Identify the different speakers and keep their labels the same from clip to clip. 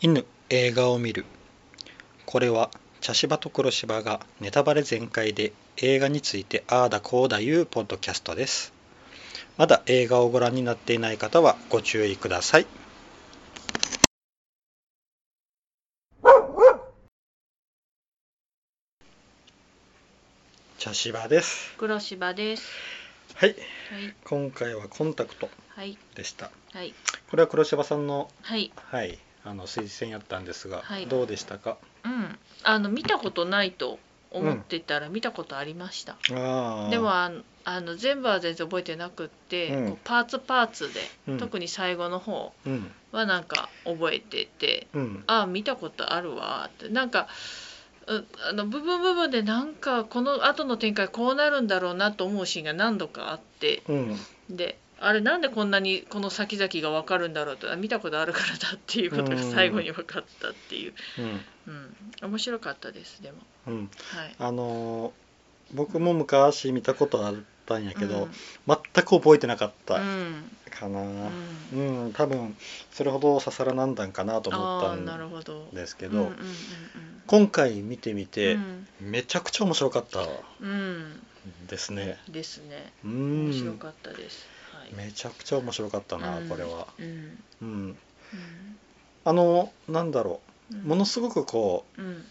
Speaker 1: 犬映画を見るこれは茶芝と黒芝がネタバレ全開で映画についてああだこうだいうポッドキャストですまだ映画をご覧になっていない方はご注意ください茶芝です
Speaker 2: 黒芝です。
Speaker 1: はい
Speaker 2: はい。
Speaker 1: 今回はコンタクト
Speaker 2: はい。
Speaker 1: でした
Speaker 2: はい。
Speaker 1: これは黒芝さんの
Speaker 2: はい。
Speaker 1: はいあの推薦やったんですが、
Speaker 2: はい
Speaker 1: どうでしたか
Speaker 2: うん。あの、見たことないと思ってたら、見たことありました。
Speaker 1: あー
Speaker 2: でも、あの、あの全部は全然覚えてなくって、
Speaker 1: うん
Speaker 2: こうパーツパーツで、
Speaker 1: うん
Speaker 2: 特に最後の方
Speaker 1: うん
Speaker 2: はなんか覚えてて。
Speaker 1: うん
Speaker 2: あ、見たことあるわって、なんか。うあの部分部分でなんかこの後の展開こうなるんだろうなと思うシーンが何度かあって
Speaker 1: うん
Speaker 2: であれなんでこんなにこの先々が分かるんだろうとあ見たことあるからだっていうことが最後に分かったっていう、
Speaker 1: うん
Speaker 2: うん、面白かったですでも
Speaker 1: うん
Speaker 2: はい
Speaker 1: あのー僕も昔見たことあったんやけど、
Speaker 2: うん
Speaker 1: 全く覚えてなかった
Speaker 2: うん
Speaker 1: かな
Speaker 2: う
Speaker 1: うん、
Speaker 2: ん、
Speaker 1: 多分それほどささらなんだんかなと思
Speaker 2: あ
Speaker 1: った
Speaker 2: あなる
Speaker 1: ん
Speaker 2: ほど
Speaker 1: ですけ
Speaker 2: け
Speaker 1: ど
Speaker 2: うんうんうん
Speaker 1: 今回見てみ
Speaker 2: う
Speaker 1: て、
Speaker 2: ん
Speaker 1: めちゃくちゃ面白かった
Speaker 2: うん
Speaker 1: ですね
Speaker 2: ですね
Speaker 1: う
Speaker 2: 面白
Speaker 1: ん
Speaker 2: かったです、はい
Speaker 1: めちゃくちゃ面白かったな、
Speaker 2: うん
Speaker 1: これは
Speaker 2: うん
Speaker 1: うん
Speaker 2: うん
Speaker 1: あのなんだろ
Speaker 2: う
Speaker 1: うんものすごくこ
Speaker 2: うん
Speaker 1: う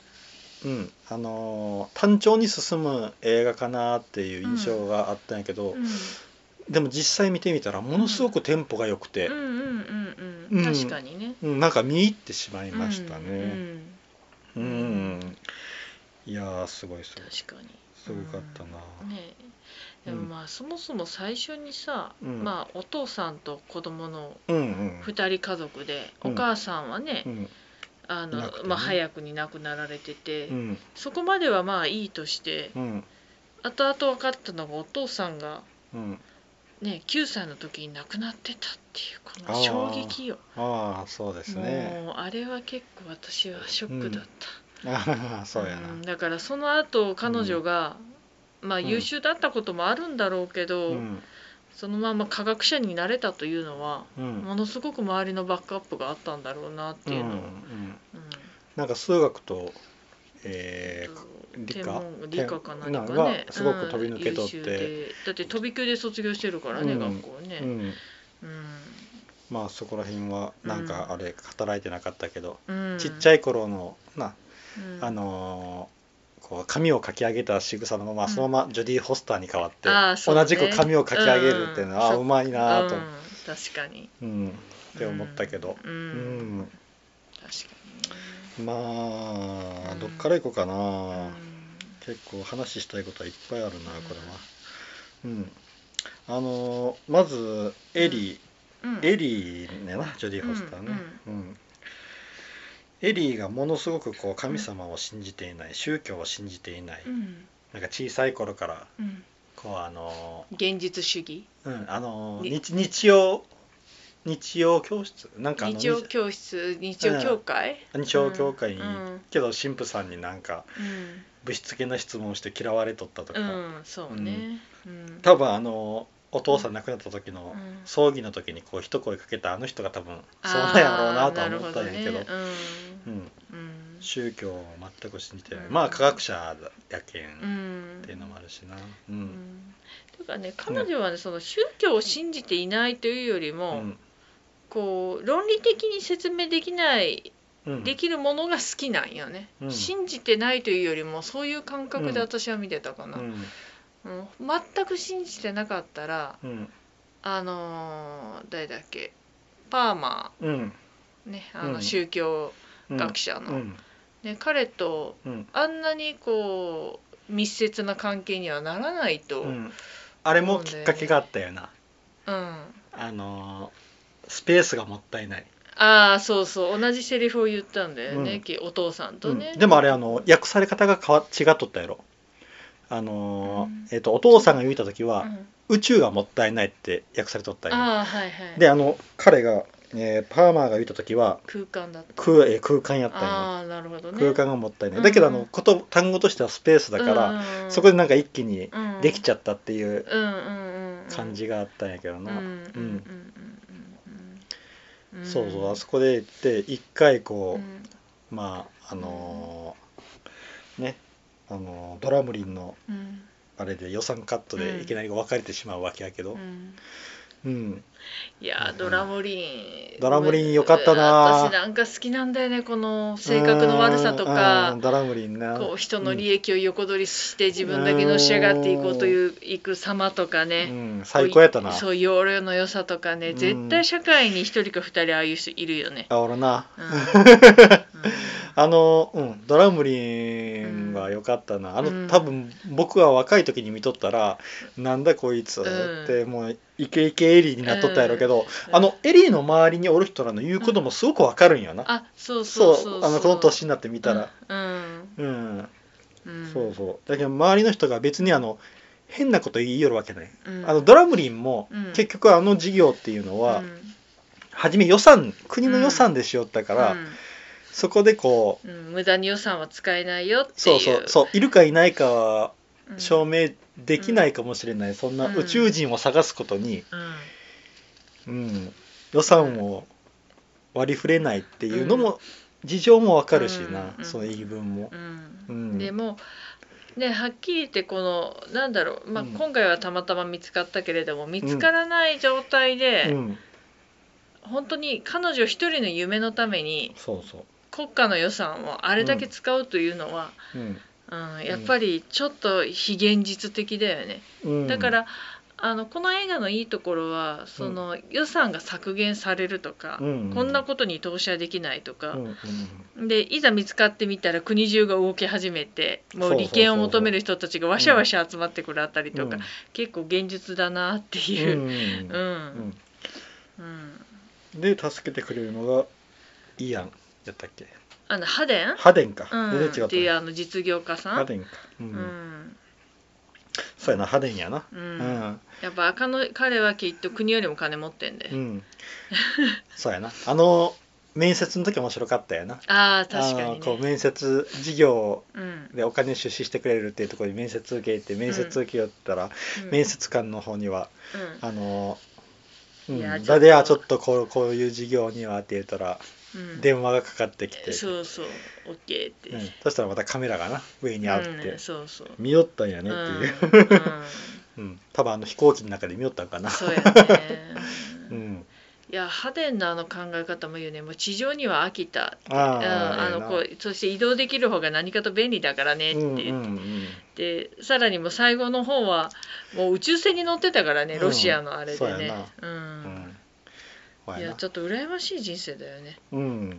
Speaker 1: うんあのー単調に進む映画かなっていう印象があったんやけど、
Speaker 2: うん
Speaker 1: でも実際見てみたらものすごくテンポが良くて
Speaker 2: うん、うんうん
Speaker 1: う
Speaker 2: うんん確かにね
Speaker 1: うんなんか見入ってしまいました
Speaker 2: うん
Speaker 1: ね。う、
Speaker 2: うんん
Speaker 1: いやーすごいす
Speaker 2: う
Speaker 1: ご
Speaker 2: ん
Speaker 1: い
Speaker 2: 確かに
Speaker 1: すごかったな。
Speaker 2: ね
Speaker 1: う
Speaker 2: え
Speaker 1: ん
Speaker 2: でもまあそもそも最初にさ、
Speaker 1: うん
Speaker 2: まあ、お父さんと子供の
Speaker 1: うんうん
Speaker 2: 2人家族で、
Speaker 1: うん
Speaker 2: お母さんはね、
Speaker 1: うん
Speaker 2: あの
Speaker 1: いなくてね
Speaker 2: まあ、早くに亡くなられてて、
Speaker 1: うん
Speaker 2: そこまではまあいいとして
Speaker 1: うん
Speaker 2: 後々分かったのがお父さんが、
Speaker 1: うん
Speaker 2: ね、9歳の時に亡くなってたっていうこ
Speaker 1: あー
Speaker 2: の衝撃よ、
Speaker 1: ああそうですね。
Speaker 2: もうあれは結構私はショックだった、
Speaker 1: ああ そうやな。
Speaker 2: んだからその後彼女が、まあ、
Speaker 1: うん
Speaker 2: 優秀だったこともあるんだろうけど、
Speaker 1: うん
Speaker 2: そのまま科学者になれたというのは
Speaker 1: うん
Speaker 2: ものすごく周りのバックアップがあったんだろうなって
Speaker 1: うんう
Speaker 2: いうの
Speaker 1: ん
Speaker 2: を、うん
Speaker 1: なんか数学とえー理
Speaker 2: 天
Speaker 1: 科
Speaker 2: 文理科か何か
Speaker 1: なん
Speaker 2: ね
Speaker 1: かすごく飛び抜けとって
Speaker 2: うん優秀でだって飛び級で卒業してるからね、
Speaker 1: うん
Speaker 2: 学校ね、
Speaker 1: うん
Speaker 2: う
Speaker 1: まあそこら辺はなんかあれ働いてなかったけど、
Speaker 2: んうん、
Speaker 1: ちっちゃ
Speaker 2: い、
Speaker 1: い頃のなあのーこう髪をかき上げた仕草のまま、
Speaker 2: うん
Speaker 1: そのままジョディ・ホスターに変わって、
Speaker 2: あーそうね
Speaker 1: 同じく髪をかき上げるっていうのは、
Speaker 2: うん
Speaker 1: あうまいな
Speaker 2: うん
Speaker 1: ぁと、
Speaker 2: 確かに
Speaker 1: うんって思ったけど、
Speaker 2: うん、う
Speaker 1: うんん
Speaker 2: 確か
Speaker 1: まあ、
Speaker 2: うん
Speaker 1: どっから行こうかな、
Speaker 2: にね、
Speaker 1: 結構話したいことはいっぱいあるなこれは。うんあのーまずエリー、
Speaker 2: うんうん
Speaker 1: エリーねなジョディ・ホスターね、うんエリーがものすごくこう神様を信じていない宗教を信じていない、
Speaker 2: うん
Speaker 1: なんか小さい頃から
Speaker 2: うん
Speaker 1: こうあの
Speaker 2: 現実主義
Speaker 1: ー、うん、あのー
Speaker 2: に
Speaker 1: 日日曜日曜教室なんかあの
Speaker 2: 日曜教室日曜教会、
Speaker 1: 日曜教会に、
Speaker 2: うん
Speaker 1: けど神父さんになんか
Speaker 2: うん
Speaker 1: ぶしつけな質問をして嫌われとったとか、
Speaker 2: うん、そうね。うん、
Speaker 1: 多分あのーお父さん亡くなった時の
Speaker 2: うん
Speaker 1: 葬儀の時にこう一声かけたあの人が多分そうなんやろうなとは思ったんやけど
Speaker 2: あーなるほね
Speaker 1: う
Speaker 2: うん
Speaker 1: ん、
Speaker 2: うん
Speaker 1: 宗教を全く信じてない、
Speaker 2: うん
Speaker 1: まあ科学者やけん
Speaker 2: う
Speaker 1: っ
Speaker 2: ん
Speaker 1: ていうのもあるしなう、
Speaker 2: うんんていうかね彼女はねその宗教を信じていないというより
Speaker 1: う
Speaker 2: も、
Speaker 1: ん
Speaker 2: こう論理的に説明できない
Speaker 1: うん
Speaker 2: できるものが好きなんよね、
Speaker 1: うん
Speaker 2: 信じてないというよりもそういう感覚で
Speaker 1: うん
Speaker 2: 私は見てたかな、
Speaker 1: う
Speaker 2: うん
Speaker 1: ん
Speaker 2: 全く信じてなかったら
Speaker 1: うん
Speaker 2: あのー誰だっけパーマ
Speaker 1: うん
Speaker 2: ーねあ
Speaker 1: う
Speaker 2: の
Speaker 1: ん
Speaker 2: 宗教
Speaker 1: うん
Speaker 2: 学者の、
Speaker 1: うん
Speaker 2: ね、彼と
Speaker 1: うん
Speaker 2: あんなにこう密接な関係にはならないと、う
Speaker 1: うんん、あれもきっかけがあったよな、
Speaker 2: あ
Speaker 1: あのースペースがもったいない、
Speaker 2: あそうそう同じセリフを言ったんだよね、
Speaker 1: うん
Speaker 2: きお父さんとね、
Speaker 1: うんでもあれあの訳され方が変わ違っとったやろあのー、
Speaker 2: うん
Speaker 1: えっとお父さんが言うた時
Speaker 2: う
Speaker 1: は、
Speaker 2: ん
Speaker 1: 宇宙がもったいないって訳されとったんや
Speaker 2: ああはいはい
Speaker 1: であの彼が、えーパーマーが言うた時は
Speaker 2: 空間だった
Speaker 1: 空,、えー空間やったんや、
Speaker 2: ああなるほどね
Speaker 1: 空間がもったいない、
Speaker 2: うん
Speaker 1: だけどあのこと単語としてはスペースだから、そこでなんか一気に
Speaker 2: で
Speaker 1: でき
Speaker 2: ゃ
Speaker 1: ちゃったっていう
Speaker 2: うんうんうんうん
Speaker 1: 感じがあったんやけど
Speaker 2: うん
Speaker 1: な、
Speaker 2: うんうんうんうんうん
Speaker 1: そうそうあそこで行って一回こう、
Speaker 2: ん
Speaker 1: まああのーねあのードラムリンの
Speaker 2: うん
Speaker 1: あれで予算カット
Speaker 2: うん
Speaker 1: でいきなり別れてしまうわけやけど、
Speaker 2: うん
Speaker 1: うん、
Speaker 2: いやードラムリン
Speaker 1: ドラムリン良かったなー
Speaker 2: 私なんか好きなんだよねこの性格の悪さと
Speaker 1: う
Speaker 2: か
Speaker 1: んドラムリンな
Speaker 2: こう人の利益を横取りして自分だけのし上がっていこうといういく様とか
Speaker 1: う
Speaker 2: ね、
Speaker 1: んうん最高やったな
Speaker 2: そう容量の良さとか
Speaker 1: う
Speaker 2: ね
Speaker 1: ん
Speaker 2: 絶対社会に一人か二人ああいう人いるよね。
Speaker 1: あ俺な
Speaker 2: うん
Speaker 1: あのうんドラムリンは良かったな、あ
Speaker 2: う
Speaker 1: の
Speaker 2: ん
Speaker 1: 多分僕は若い時に見とったら、なんだこいつって、もうイケイケエリーになっとったやろうけど、
Speaker 2: うん
Speaker 1: あのエリーの周りにおる人らの言うこともすごくわかるんよな、
Speaker 2: あそう
Speaker 1: そう
Speaker 2: そ
Speaker 1: う
Speaker 2: そうそう
Speaker 1: あのこの年になってみたら
Speaker 2: うん、
Speaker 1: うん、
Speaker 2: うん
Speaker 1: そうそうだけど周りの人が別にあの変なこと言いよるわけない、
Speaker 2: うん
Speaker 1: あのドラムリンも
Speaker 2: うん
Speaker 1: 結局あの事業っていうのは、
Speaker 2: うん
Speaker 1: 初め予算国の予算でしよったから、
Speaker 2: うん
Speaker 1: そこでこう
Speaker 2: うん無駄に予算は使えないよっていう
Speaker 1: そうそうそういるかいないかは
Speaker 2: うん
Speaker 1: 証明できないかもしれない、そんな
Speaker 2: うん
Speaker 1: 宇宙人を探すことに、
Speaker 2: うん
Speaker 1: うん、予算を割り振れないっていうのも、事情もわかるしな、
Speaker 2: うん
Speaker 1: その言い分も。
Speaker 2: う
Speaker 1: うんん
Speaker 2: でもねはっきり言ってこのなんだろう、まあ、
Speaker 1: うん
Speaker 2: 今回はたまたま見つかったけれども見つからない状態で、
Speaker 1: うん、
Speaker 2: 本当に彼女一人の夢のために
Speaker 1: そうそ
Speaker 2: 国家の予算をあれだけ使うというのは、
Speaker 1: う、うん
Speaker 2: うんやっぱりちょっと非現実的だよね。
Speaker 1: うん、
Speaker 2: だから、あのこの映画のいいところはその、予算が削減されるとか、
Speaker 1: うん
Speaker 2: こんなことに投資はできないとか
Speaker 1: うん、うん
Speaker 2: でいざ見つかってみたら国中が動き始めても
Speaker 1: そううそうそうそう
Speaker 2: 利権を求める人たちがわしゃわしゃ集まってくるあたりとか、
Speaker 1: うん
Speaker 2: 結構現実だなって
Speaker 1: う
Speaker 2: いう。うんんうん
Speaker 1: うん、で助けてくれるのがイアンやったっけ
Speaker 2: あのハデン、
Speaker 1: ハデンか、
Speaker 2: うん、
Speaker 1: 全
Speaker 2: っ
Speaker 1: 然
Speaker 2: てい
Speaker 1: 違
Speaker 2: う
Speaker 1: った
Speaker 2: あの実業家さ
Speaker 1: ハ
Speaker 2: ん。
Speaker 1: デンか、うん
Speaker 2: うん
Speaker 1: そうやなハデンやな
Speaker 2: う、
Speaker 1: うんん、
Speaker 2: やっぱ赤の彼はきっと国よりも金持ってんで、
Speaker 1: うん、そうやなあの面接の時面白かったやな
Speaker 2: ああ確か
Speaker 1: あ
Speaker 2: に、
Speaker 1: の
Speaker 2: ね
Speaker 1: こう面接事業
Speaker 2: うん
Speaker 1: でお金出資してくれるっていうところに面接受けて面接受けよったら、面接官の方には
Speaker 2: うん
Speaker 1: あのう
Speaker 2: いや
Speaker 1: ん、
Speaker 2: ちょっと
Speaker 1: だではちょっとこうこういう事業にはって言ったら
Speaker 2: うん
Speaker 1: 電話がかかってきて、
Speaker 2: そうそう OK って、
Speaker 1: うん、そしたらまたカメラがな上にあって、
Speaker 2: うんそうそう
Speaker 1: 見よったんや
Speaker 2: う
Speaker 1: ね
Speaker 2: ん、
Speaker 1: っ
Speaker 2: う
Speaker 1: ていう、
Speaker 2: ん、
Speaker 1: うん多分あの飛行機の中で見よったんかな
Speaker 2: そうやね、
Speaker 1: うん
Speaker 2: いや派手なあの考え方もいいよねもう地上には飽きた
Speaker 1: あ
Speaker 2: うん、あのこうそして移動できる方が何かと便利だからねって
Speaker 1: うんうんう
Speaker 2: 言っ
Speaker 1: ん
Speaker 2: て、さらにもう最後の方はもう宇宙船に乗ってたからね
Speaker 1: うん
Speaker 2: ロシアのあれでね、うん
Speaker 1: そうやうんほ
Speaker 2: い
Speaker 1: や
Speaker 2: や
Speaker 1: な
Speaker 2: ちょっと羨ましい人生だよね、
Speaker 1: うん
Speaker 2: う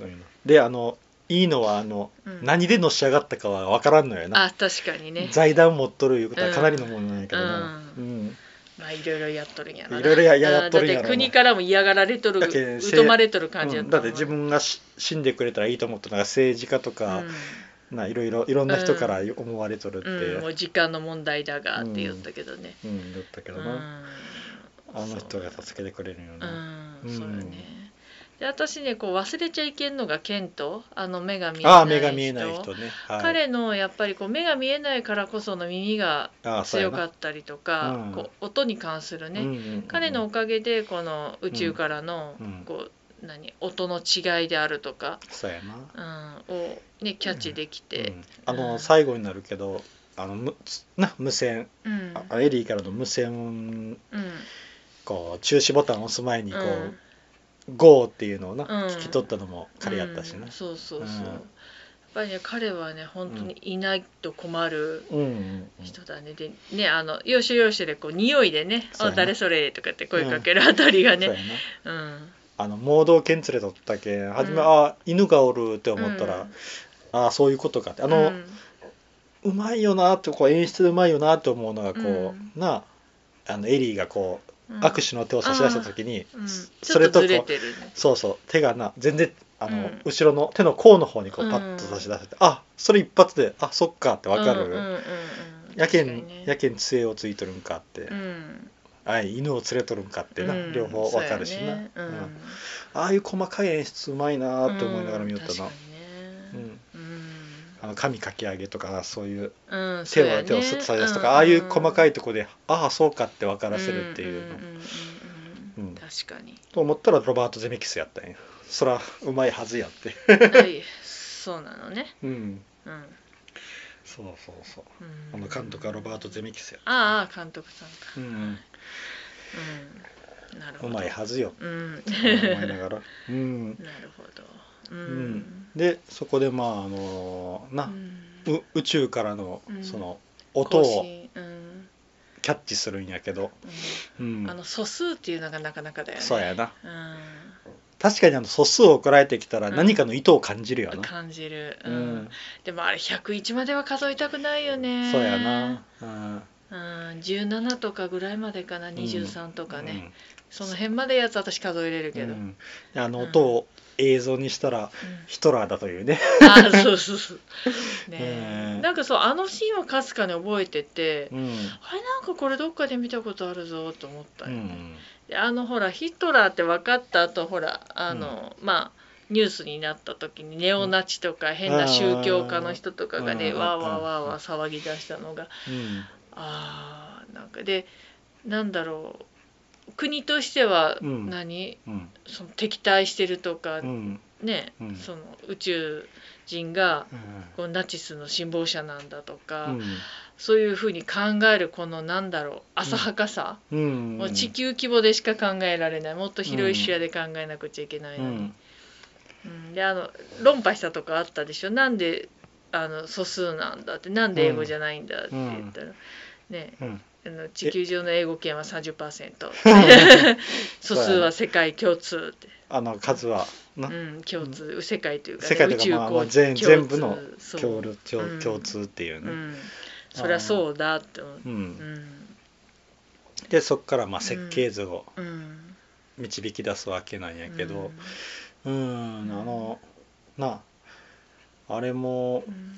Speaker 1: そうやなであのいいのはあの、
Speaker 2: んうん、
Speaker 1: 何でのし上がったかは分からんのよな
Speaker 2: あ確かにね
Speaker 1: 財団持っとるいうことはかなりのものなんやけどな、う
Speaker 2: う
Speaker 1: ん
Speaker 2: まあいろいろやっとるんやろない
Speaker 1: ろいろややっとるんやろな
Speaker 2: だって国からも嫌がられとる
Speaker 1: だけせ
Speaker 2: 疎まれとる感じや
Speaker 1: う
Speaker 2: っ
Speaker 1: ん
Speaker 2: た
Speaker 1: だ
Speaker 2: も
Speaker 1: っ
Speaker 2: ん
Speaker 1: て自分がし死んでくれたらいいと思ったのが政治家とか、ないろいろいろんな人から思われとるって、
Speaker 2: う、
Speaker 1: うん
Speaker 2: うんも
Speaker 1: ん
Speaker 2: う時間の問題だがって言ったけどね、
Speaker 1: だったけ
Speaker 2: うん
Speaker 1: どな、あの人が助けてくれるよ
Speaker 2: う
Speaker 1: な、
Speaker 2: ん、
Speaker 1: うん
Speaker 2: そうよねで私ねこう忘れちゃいけんのがケントあの目が見えない人
Speaker 1: ああ目が見えない人ね、はい、
Speaker 2: 彼のやっぱりこう目が見えないからこその耳が
Speaker 1: ああそうや
Speaker 2: 強
Speaker 1: な
Speaker 2: かったりとか、
Speaker 1: うん
Speaker 2: こう音に関するね、
Speaker 1: うんうんうん
Speaker 2: 彼のおかげでこの宇宙からの、
Speaker 1: うん
Speaker 2: こう何音の違いであるとか、
Speaker 1: そうやな
Speaker 2: うん、を、ね、キャッチでき
Speaker 1: う
Speaker 2: て、
Speaker 1: んあ
Speaker 2: うん
Speaker 1: の最後になるけどあのむつな無線、
Speaker 2: うん
Speaker 1: あエリーからの無線
Speaker 2: うん
Speaker 1: こう中止ボタンを押す前にこう、
Speaker 2: うん
Speaker 1: GO っていうのをな、
Speaker 2: うん
Speaker 1: 聞き取ったのも彼やったし
Speaker 2: う、
Speaker 1: なん
Speaker 2: そうそうそう、
Speaker 1: うん
Speaker 2: やっぱりね彼はね本当にいないと困る
Speaker 1: うんうんうん
Speaker 2: 人だね、でねあの要所要所でこう匂いでね「
Speaker 1: そうや
Speaker 2: あ
Speaker 1: な
Speaker 2: 誰それ」とかって声かけるあたりが
Speaker 1: そうや
Speaker 2: ね、
Speaker 1: な
Speaker 2: うん
Speaker 1: あの盲導犬連れとったけん初め、
Speaker 2: うん
Speaker 1: あ犬がおるって思ったら、
Speaker 2: うん
Speaker 1: ああそういうことかってあの、
Speaker 2: う
Speaker 1: うんまいよなってこう演出でうまいよなって思うのがこう、
Speaker 2: うん
Speaker 1: なあのエリーがこう、
Speaker 2: うん
Speaker 1: 握手の手を差し出した時に、
Speaker 2: うん
Speaker 1: そ
Speaker 2: ち
Speaker 1: そ
Speaker 2: ょっ
Speaker 1: れと
Speaker 2: とず
Speaker 1: こ
Speaker 2: れ
Speaker 1: う
Speaker 2: てるね
Speaker 1: そうそう手がな全然あの、
Speaker 2: うん
Speaker 1: 後ろの手の甲の方にこ
Speaker 2: う
Speaker 1: うんパッと差し出せて、あそれ一発であそっかってわかる、
Speaker 2: うんうんうんうん
Speaker 1: やけん、
Speaker 2: 確かにね
Speaker 1: やけん杖をついとるんかって、
Speaker 2: うん
Speaker 1: あい犬を連れとるんかってな、
Speaker 2: うん
Speaker 1: 両方わかるし
Speaker 2: そう
Speaker 1: な、
Speaker 2: やねう
Speaker 1: うん
Speaker 2: ん
Speaker 1: ああいう細かい演出うまいなーって思いながら見よったな、
Speaker 2: うん確かにね
Speaker 1: あの髪かき上げとかそういう
Speaker 2: うんうん
Speaker 1: 手
Speaker 2: そう
Speaker 1: を、
Speaker 2: やね
Speaker 1: 手をスッと差し出すとか、ああいう細か
Speaker 2: い
Speaker 1: いとこでああそうかって分からせるっていうの、
Speaker 2: んんんうん
Speaker 1: うん
Speaker 2: 確かに
Speaker 1: と思ったらロバート・ゼメキスやったんやそらうまいはずやって
Speaker 2: はい そうなのね
Speaker 1: うん
Speaker 2: うん、うん、
Speaker 1: そうそうそうあの監督はロバート・ゼメキスや
Speaker 2: ああ監督さんか
Speaker 1: うん
Speaker 2: うんなる
Speaker 1: う
Speaker 2: ほど
Speaker 1: まいは ずよ
Speaker 2: うん
Speaker 1: と思いながらうん
Speaker 2: なるほどう
Speaker 1: うんん、でそこでまああのーな、
Speaker 2: うん
Speaker 1: う宇宙からの
Speaker 2: うん
Speaker 1: その音
Speaker 2: 更
Speaker 1: を
Speaker 2: 新うん
Speaker 1: キャッチするんやけど、うん
Speaker 2: うんあの素数っていうのがなかなかだよね
Speaker 1: そうやな
Speaker 2: うん
Speaker 1: 確かにあの素数を送られてきたら
Speaker 2: うん
Speaker 1: 何かの意図を感じるよな、
Speaker 2: 感じる、う
Speaker 1: うんん
Speaker 2: でもあれ101までは数えたくないよね
Speaker 1: そうやな、うん
Speaker 2: うん、17とかぐらいまでかな
Speaker 1: うん
Speaker 2: 23とかね、その辺までやつ私数えれる
Speaker 1: うん
Speaker 2: けど、
Speaker 1: う
Speaker 2: うん
Speaker 1: んあの音を映像にしたらヒトラーだという ね、
Speaker 2: あーそうそうそうねえ
Speaker 1: うん
Speaker 2: なんかそうあのシーンはかすかに覚えてて、
Speaker 1: うん
Speaker 2: あれなんかこれどっかで見たことあるぞと思った
Speaker 1: う
Speaker 2: よね、
Speaker 1: ん
Speaker 2: であのほらヒトラーって分かった後ほらあの、まあニュースになった時にネオナチとか変な宗教家の人とかがね、
Speaker 1: うん
Speaker 2: わー
Speaker 1: うん
Speaker 2: わーわーわー騒ぎ出したのが
Speaker 1: うん
Speaker 2: あーなんかでなんだろう国としては
Speaker 1: うん
Speaker 2: 何、
Speaker 1: うん
Speaker 2: その敵対してるとか、
Speaker 1: うん
Speaker 2: ね、
Speaker 1: うん
Speaker 2: その宇宙人が
Speaker 1: うん
Speaker 2: こうナチスの辛抱者なんだとか、
Speaker 1: うん
Speaker 2: そういうふうに考えるこのなんだろう浅はかさ、
Speaker 1: うん
Speaker 2: もう地球規模でしか考えられないもっと広い視野で考えなくちゃいけないのに、うんであの論破したとかあったでしょなんであの素数なんだってなんで英語じゃないんだって言ったら、ね
Speaker 1: うんうん
Speaker 2: あの地球上の英語圏は30%素数は世界共通って、
Speaker 1: あの数はな、
Speaker 2: うん、共通世界というか、
Speaker 1: 世界と
Speaker 2: 宇
Speaker 1: いう
Speaker 2: 宙
Speaker 1: かまあまあ
Speaker 2: 共
Speaker 1: 全全部の
Speaker 2: そう
Speaker 1: 共通
Speaker 2: うん
Speaker 1: 共通っていう
Speaker 2: う
Speaker 1: ね、
Speaker 2: ん、そりゃそうだって思う、
Speaker 1: うん
Speaker 2: うん
Speaker 1: でそこからまあ設計図を
Speaker 2: うん、
Speaker 1: 導き出すわけなんやけど
Speaker 2: う
Speaker 1: うんんあのなあれも
Speaker 2: んうん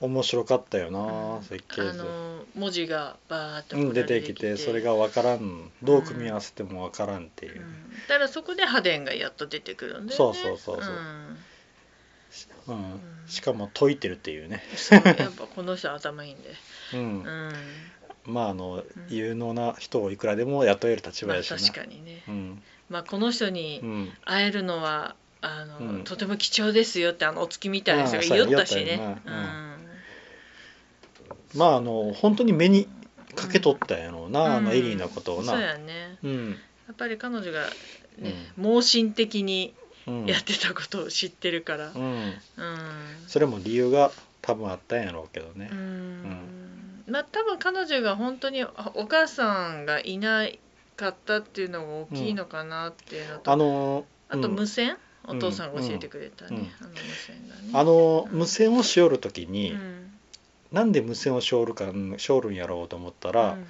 Speaker 1: 面白かったよな、
Speaker 2: うん
Speaker 1: 設計
Speaker 2: あ
Speaker 1: 図、
Speaker 2: の文字がバーッと
Speaker 1: うん、出てきてそれが分からんどう組み合わせても分からんって
Speaker 2: う
Speaker 1: いう、
Speaker 2: んだからそこで破電がやっと出てくるんだよね
Speaker 1: そうそうそうそうんうん
Speaker 2: うん
Speaker 1: しかも解いてるっていうね、
Speaker 2: そうやっぱこの人頭いいんで
Speaker 1: う
Speaker 2: うんん
Speaker 1: まああの
Speaker 2: ん
Speaker 1: 有能な人をいくらでも雇える立場
Speaker 2: まあ
Speaker 1: やしな、
Speaker 2: 確かにね
Speaker 1: うん
Speaker 2: まあこの人
Speaker 1: う
Speaker 2: に
Speaker 1: ん、
Speaker 2: 会えるのはあの、
Speaker 1: うん
Speaker 2: とても貴重ですよってあのお月みたいな人が
Speaker 1: うん
Speaker 2: 言おったし
Speaker 1: そうや言お
Speaker 2: ね
Speaker 1: っ
Speaker 2: う
Speaker 1: たよ
Speaker 2: ん
Speaker 1: まああの本当に目にかけとったんやろうな、あのエリーのことをな、
Speaker 2: そうやね
Speaker 1: うん
Speaker 2: やっぱり彼女がね、盲信的に
Speaker 1: うん
Speaker 2: やってたことを知ってるから
Speaker 1: う、ん、
Speaker 2: うん
Speaker 1: それも理由が多分あったんやろうけどね
Speaker 2: うーんまあ多分彼女が本当におお母さんがいないかったっていうのが大きいのかなっていうのと、
Speaker 1: あの
Speaker 2: あと
Speaker 1: うん
Speaker 2: 無線、
Speaker 1: うん
Speaker 2: お父さんが教えてくれたね、
Speaker 1: うん
Speaker 2: あの無線がね。
Speaker 1: あの
Speaker 2: うん
Speaker 1: 無線をしおる時
Speaker 2: う
Speaker 1: に、
Speaker 2: ん
Speaker 1: なんで無線をしおるかしおるんやろうと思ったら、
Speaker 2: うん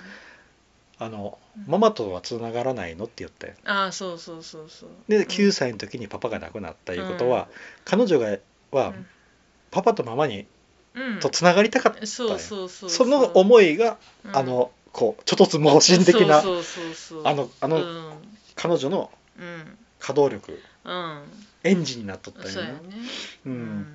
Speaker 1: あの
Speaker 2: うん
Speaker 1: ママとはつながらないのって言ったよ
Speaker 2: ああそうそうそうそう。
Speaker 1: で9歳
Speaker 2: 歳
Speaker 1: の時にパパが亡くなったいうことは、彼女がは、
Speaker 2: うん
Speaker 1: パパとママに
Speaker 2: うん
Speaker 1: とつながりたかった、
Speaker 2: そうそうそう
Speaker 1: その思いが、
Speaker 2: うん
Speaker 1: あのこうちょっとつ盲信的な
Speaker 2: そうそうそうそう
Speaker 1: あのあの、
Speaker 2: うん
Speaker 1: 彼女の
Speaker 2: うん
Speaker 1: 稼働力
Speaker 2: うん
Speaker 1: エンジンになっとった
Speaker 2: そう
Speaker 1: よ
Speaker 2: や
Speaker 1: ね
Speaker 2: ね、
Speaker 1: う、
Speaker 2: うん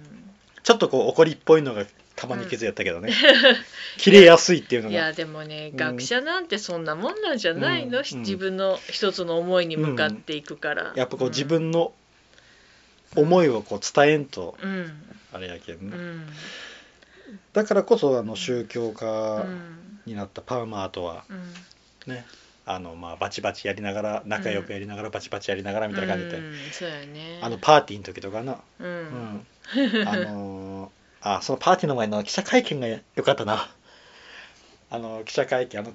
Speaker 1: ちょっとこう怒りっぽいのがたまに傷やったけどね、 切れやすいっていうの
Speaker 2: い
Speaker 1: が
Speaker 2: やでもね、
Speaker 1: うん
Speaker 2: 学者なんてそんなもんなんじゃないの、
Speaker 1: うんうん
Speaker 2: 自分の一つの思いに向かっていくから、
Speaker 1: やっぱこう自分の
Speaker 2: うん
Speaker 1: 思いをこう伝えんと
Speaker 2: うん
Speaker 1: あれやけん
Speaker 2: うんう
Speaker 1: ね、
Speaker 2: ん
Speaker 1: だからこそあの宗教
Speaker 2: う
Speaker 1: 家
Speaker 2: ん
Speaker 1: になったパーマーとは
Speaker 2: うん
Speaker 1: ねあのまあバチバチやりながら仲良くやりながらバチバチやりながらみたいな感じで、
Speaker 2: うんそうやね
Speaker 1: あのパーティーの時とかな、
Speaker 2: う
Speaker 1: うんん、 あのーあそのパーティーの前の記者会見がよかったな あの記者会見あの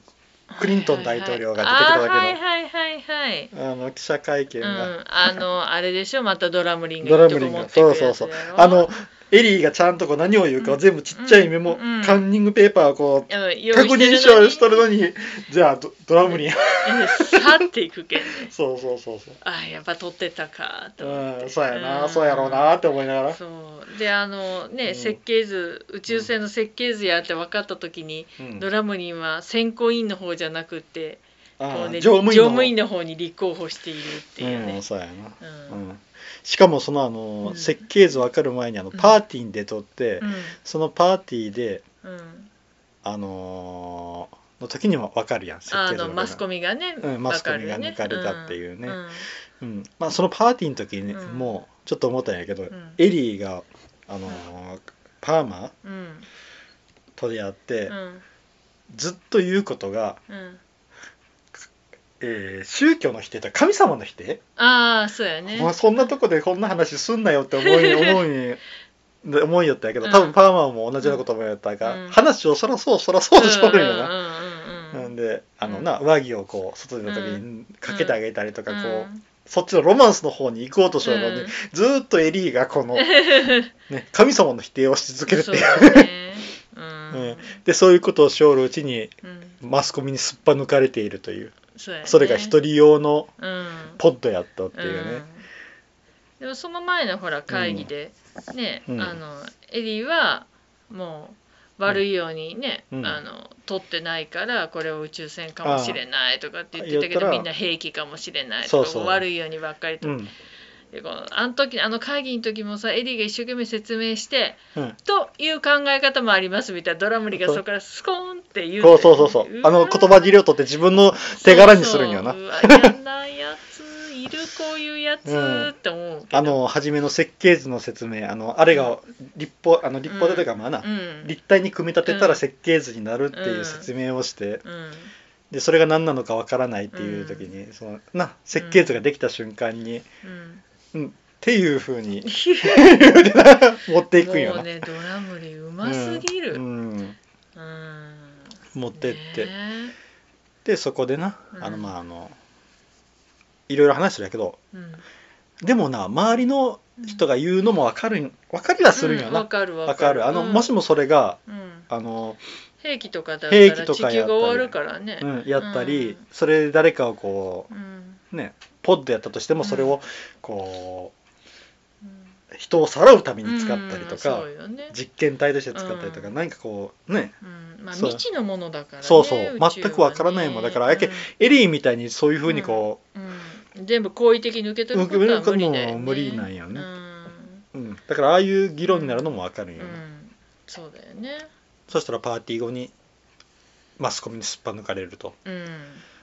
Speaker 1: クリントン大統領が出てきただけの
Speaker 2: はいはいはいはいはい
Speaker 1: あの記者会見
Speaker 2: う
Speaker 1: が、
Speaker 2: んあのあれでしょまたドラムリンが
Speaker 1: ドラムリンが
Speaker 2: 一個持ってくるやつ
Speaker 1: そうそうそう
Speaker 2: だろ
Speaker 1: あのエリーがちゃんとこう何を言うかを全部ちっちゃいメモ、
Speaker 2: うんうん
Speaker 1: カンニングペーパーをこう
Speaker 2: うん用
Speaker 1: 確認
Speaker 2: 意
Speaker 1: しようし
Speaker 2: してて
Speaker 1: る
Speaker 2: るの
Speaker 1: の にじゃあドドラムリン
Speaker 2: に去っていくけんね
Speaker 1: そうそうそうそう
Speaker 2: あやっぱ取ってたかと思って
Speaker 1: うんそうやな、
Speaker 2: ん
Speaker 1: そうやろうなって思いながら
Speaker 2: そうであの
Speaker 1: う
Speaker 2: ね、
Speaker 1: ん
Speaker 2: 設計図宇宙船の設計図やって分かった時に、
Speaker 1: うん
Speaker 2: ドラムリンは選考委員の方じゃなくて、
Speaker 1: あ
Speaker 2: こうね、
Speaker 1: 乗務員の方
Speaker 2: の方に立候補しているっていう
Speaker 1: う
Speaker 2: ね
Speaker 1: ん、そうやな、
Speaker 2: うん
Speaker 1: うんしかもそのあの、
Speaker 2: うん
Speaker 1: 設計図分かる前にあの
Speaker 2: うん
Speaker 1: パーティーに出とって、
Speaker 2: うん
Speaker 1: そのパーティーで
Speaker 2: うん
Speaker 1: あのーの時にも分かるやん設
Speaker 2: あ
Speaker 1: 計図
Speaker 2: のマスコ
Speaker 1: ミ、
Speaker 2: ミがね、
Speaker 1: うんマスコミが
Speaker 2: わ
Speaker 1: 抜かれたっていうね
Speaker 2: んん
Speaker 1: うんまあ、そのパーティーの時に、
Speaker 2: うん
Speaker 1: もうちょっと思ったんやけど、
Speaker 2: ん
Speaker 1: エリーが、あのーパーマ
Speaker 2: うん
Speaker 1: と出会って、
Speaker 2: うん
Speaker 1: ずっと言うことが、
Speaker 2: うん
Speaker 1: えー宗教の否定と神様の否定、
Speaker 2: ああそうやね
Speaker 1: まあ、そんなとこでこんな話すんなよって思 い思うんで思いよったんやけど多
Speaker 2: うん
Speaker 1: 分パーマも同じようなこともやったが、
Speaker 2: うん
Speaker 1: 話をそらそうそらそうしょるんよな。
Speaker 2: うんう
Speaker 1: な
Speaker 2: んうんうんん
Speaker 1: であの
Speaker 2: うん
Speaker 1: な上着をこう外出た時にかけてあげたりとかこう、
Speaker 2: うん
Speaker 1: そっちのロマンスの方に行こうとしようのに、
Speaker 2: うん
Speaker 1: ずーっとエリーがこ の、ね、神様の否定をし続けるって
Speaker 2: そう
Speaker 1: いう
Speaker 2: だね うん
Speaker 1: うんでそういうことをしおるうちに
Speaker 2: うん
Speaker 1: マスコミにすっぱ抜かれているという
Speaker 2: そうやね
Speaker 1: それが一人用の
Speaker 2: うん
Speaker 1: ポッドやったっていう
Speaker 2: う
Speaker 1: ね
Speaker 2: ん、でもその前のほら会議で、ね、
Speaker 1: うん
Speaker 2: あのエリーはもう悪いようにね、
Speaker 1: うん
Speaker 2: あの取ってないからこれを宇宙船かもしれないとかって言ってたけ
Speaker 1: 言った
Speaker 2: ど
Speaker 1: ら
Speaker 2: みんな兵器かもしれない
Speaker 1: そ
Speaker 2: と
Speaker 1: う
Speaker 2: か
Speaker 1: そう
Speaker 2: 悪いようにばっかりと
Speaker 1: う
Speaker 2: か、
Speaker 1: ん
Speaker 2: でこのあの時あの会議の時もさエリーが一生懸命説明して
Speaker 1: うん
Speaker 2: という考え方もありますみたいなドラムリがそこからスコーンって言う
Speaker 1: そうそうそうそうあの言葉
Speaker 2: 量
Speaker 1: 尻を取って自分の手柄にするんよな
Speaker 2: そうそううわ嫌なやついるこういうやつ、
Speaker 1: うん
Speaker 2: って思うけど
Speaker 1: あの初めの設計図の説明あのあれが立方あの立方でというかまあな、
Speaker 2: うん
Speaker 1: 立体に組み立てた
Speaker 2: う
Speaker 1: ら
Speaker 2: ん
Speaker 1: 設計図になるっていううん説明をして、
Speaker 2: うん
Speaker 1: でそれが何なのかわからないっていう時に、そのな設計図ができた瞬間に、
Speaker 2: うん
Speaker 1: うん、っていうふう に持っていくんよ
Speaker 2: も
Speaker 1: な
Speaker 2: う。ねドラムリうますぎる、う
Speaker 1: うんんうん持ってって、
Speaker 2: ね
Speaker 1: でそこでなあの
Speaker 2: うん
Speaker 1: まああのいろいろ話してるんやけど
Speaker 2: えうん
Speaker 1: でもな周りの人が言うのも分かるん分かりはするんよ
Speaker 2: うん
Speaker 1: な、
Speaker 2: わかるわ
Speaker 1: 分かるあの、
Speaker 2: うん
Speaker 1: もしもそれが
Speaker 2: うん
Speaker 1: あの、
Speaker 2: 兵器とかだった
Speaker 1: 兵器
Speaker 2: ら
Speaker 1: と
Speaker 2: 地
Speaker 1: かやったり
Speaker 2: 球が終わるからね
Speaker 1: うん、やったり、
Speaker 2: うん
Speaker 1: それで誰かをこ
Speaker 2: うん
Speaker 1: うねポッドやったとしても
Speaker 2: うん
Speaker 1: それをこ
Speaker 2: うん
Speaker 1: う人をさらうために使ったりとか、
Speaker 2: うんそうよね
Speaker 1: 実験体として使ったりとか、
Speaker 2: うん
Speaker 1: 何かこうね
Speaker 2: うんまあ、
Speaker 1: そう
Speaker 2: 未知のものだから、ね、
Speaker 1: そうそう
Speaker 2: 宇宙はね
Speaker 1: 全くわからないもんだからやけエリーみたいにそういうふうにこう、
Speaker 2: うんうん全部好意的に受け取ることは無理だよ、ね、
Speaker 1: もう無理なんよね
Speaker 2: うん
Speaker 1: うん、だからああいう議論になるのもわかるんよ、
Speaker 2: う
Speaker 1: ね
Speaker 2: ん、そうだよね、
Speaker 1: そしたらパーティー後にマスコミにすっぱ抜かれると
Speaker 2: うん、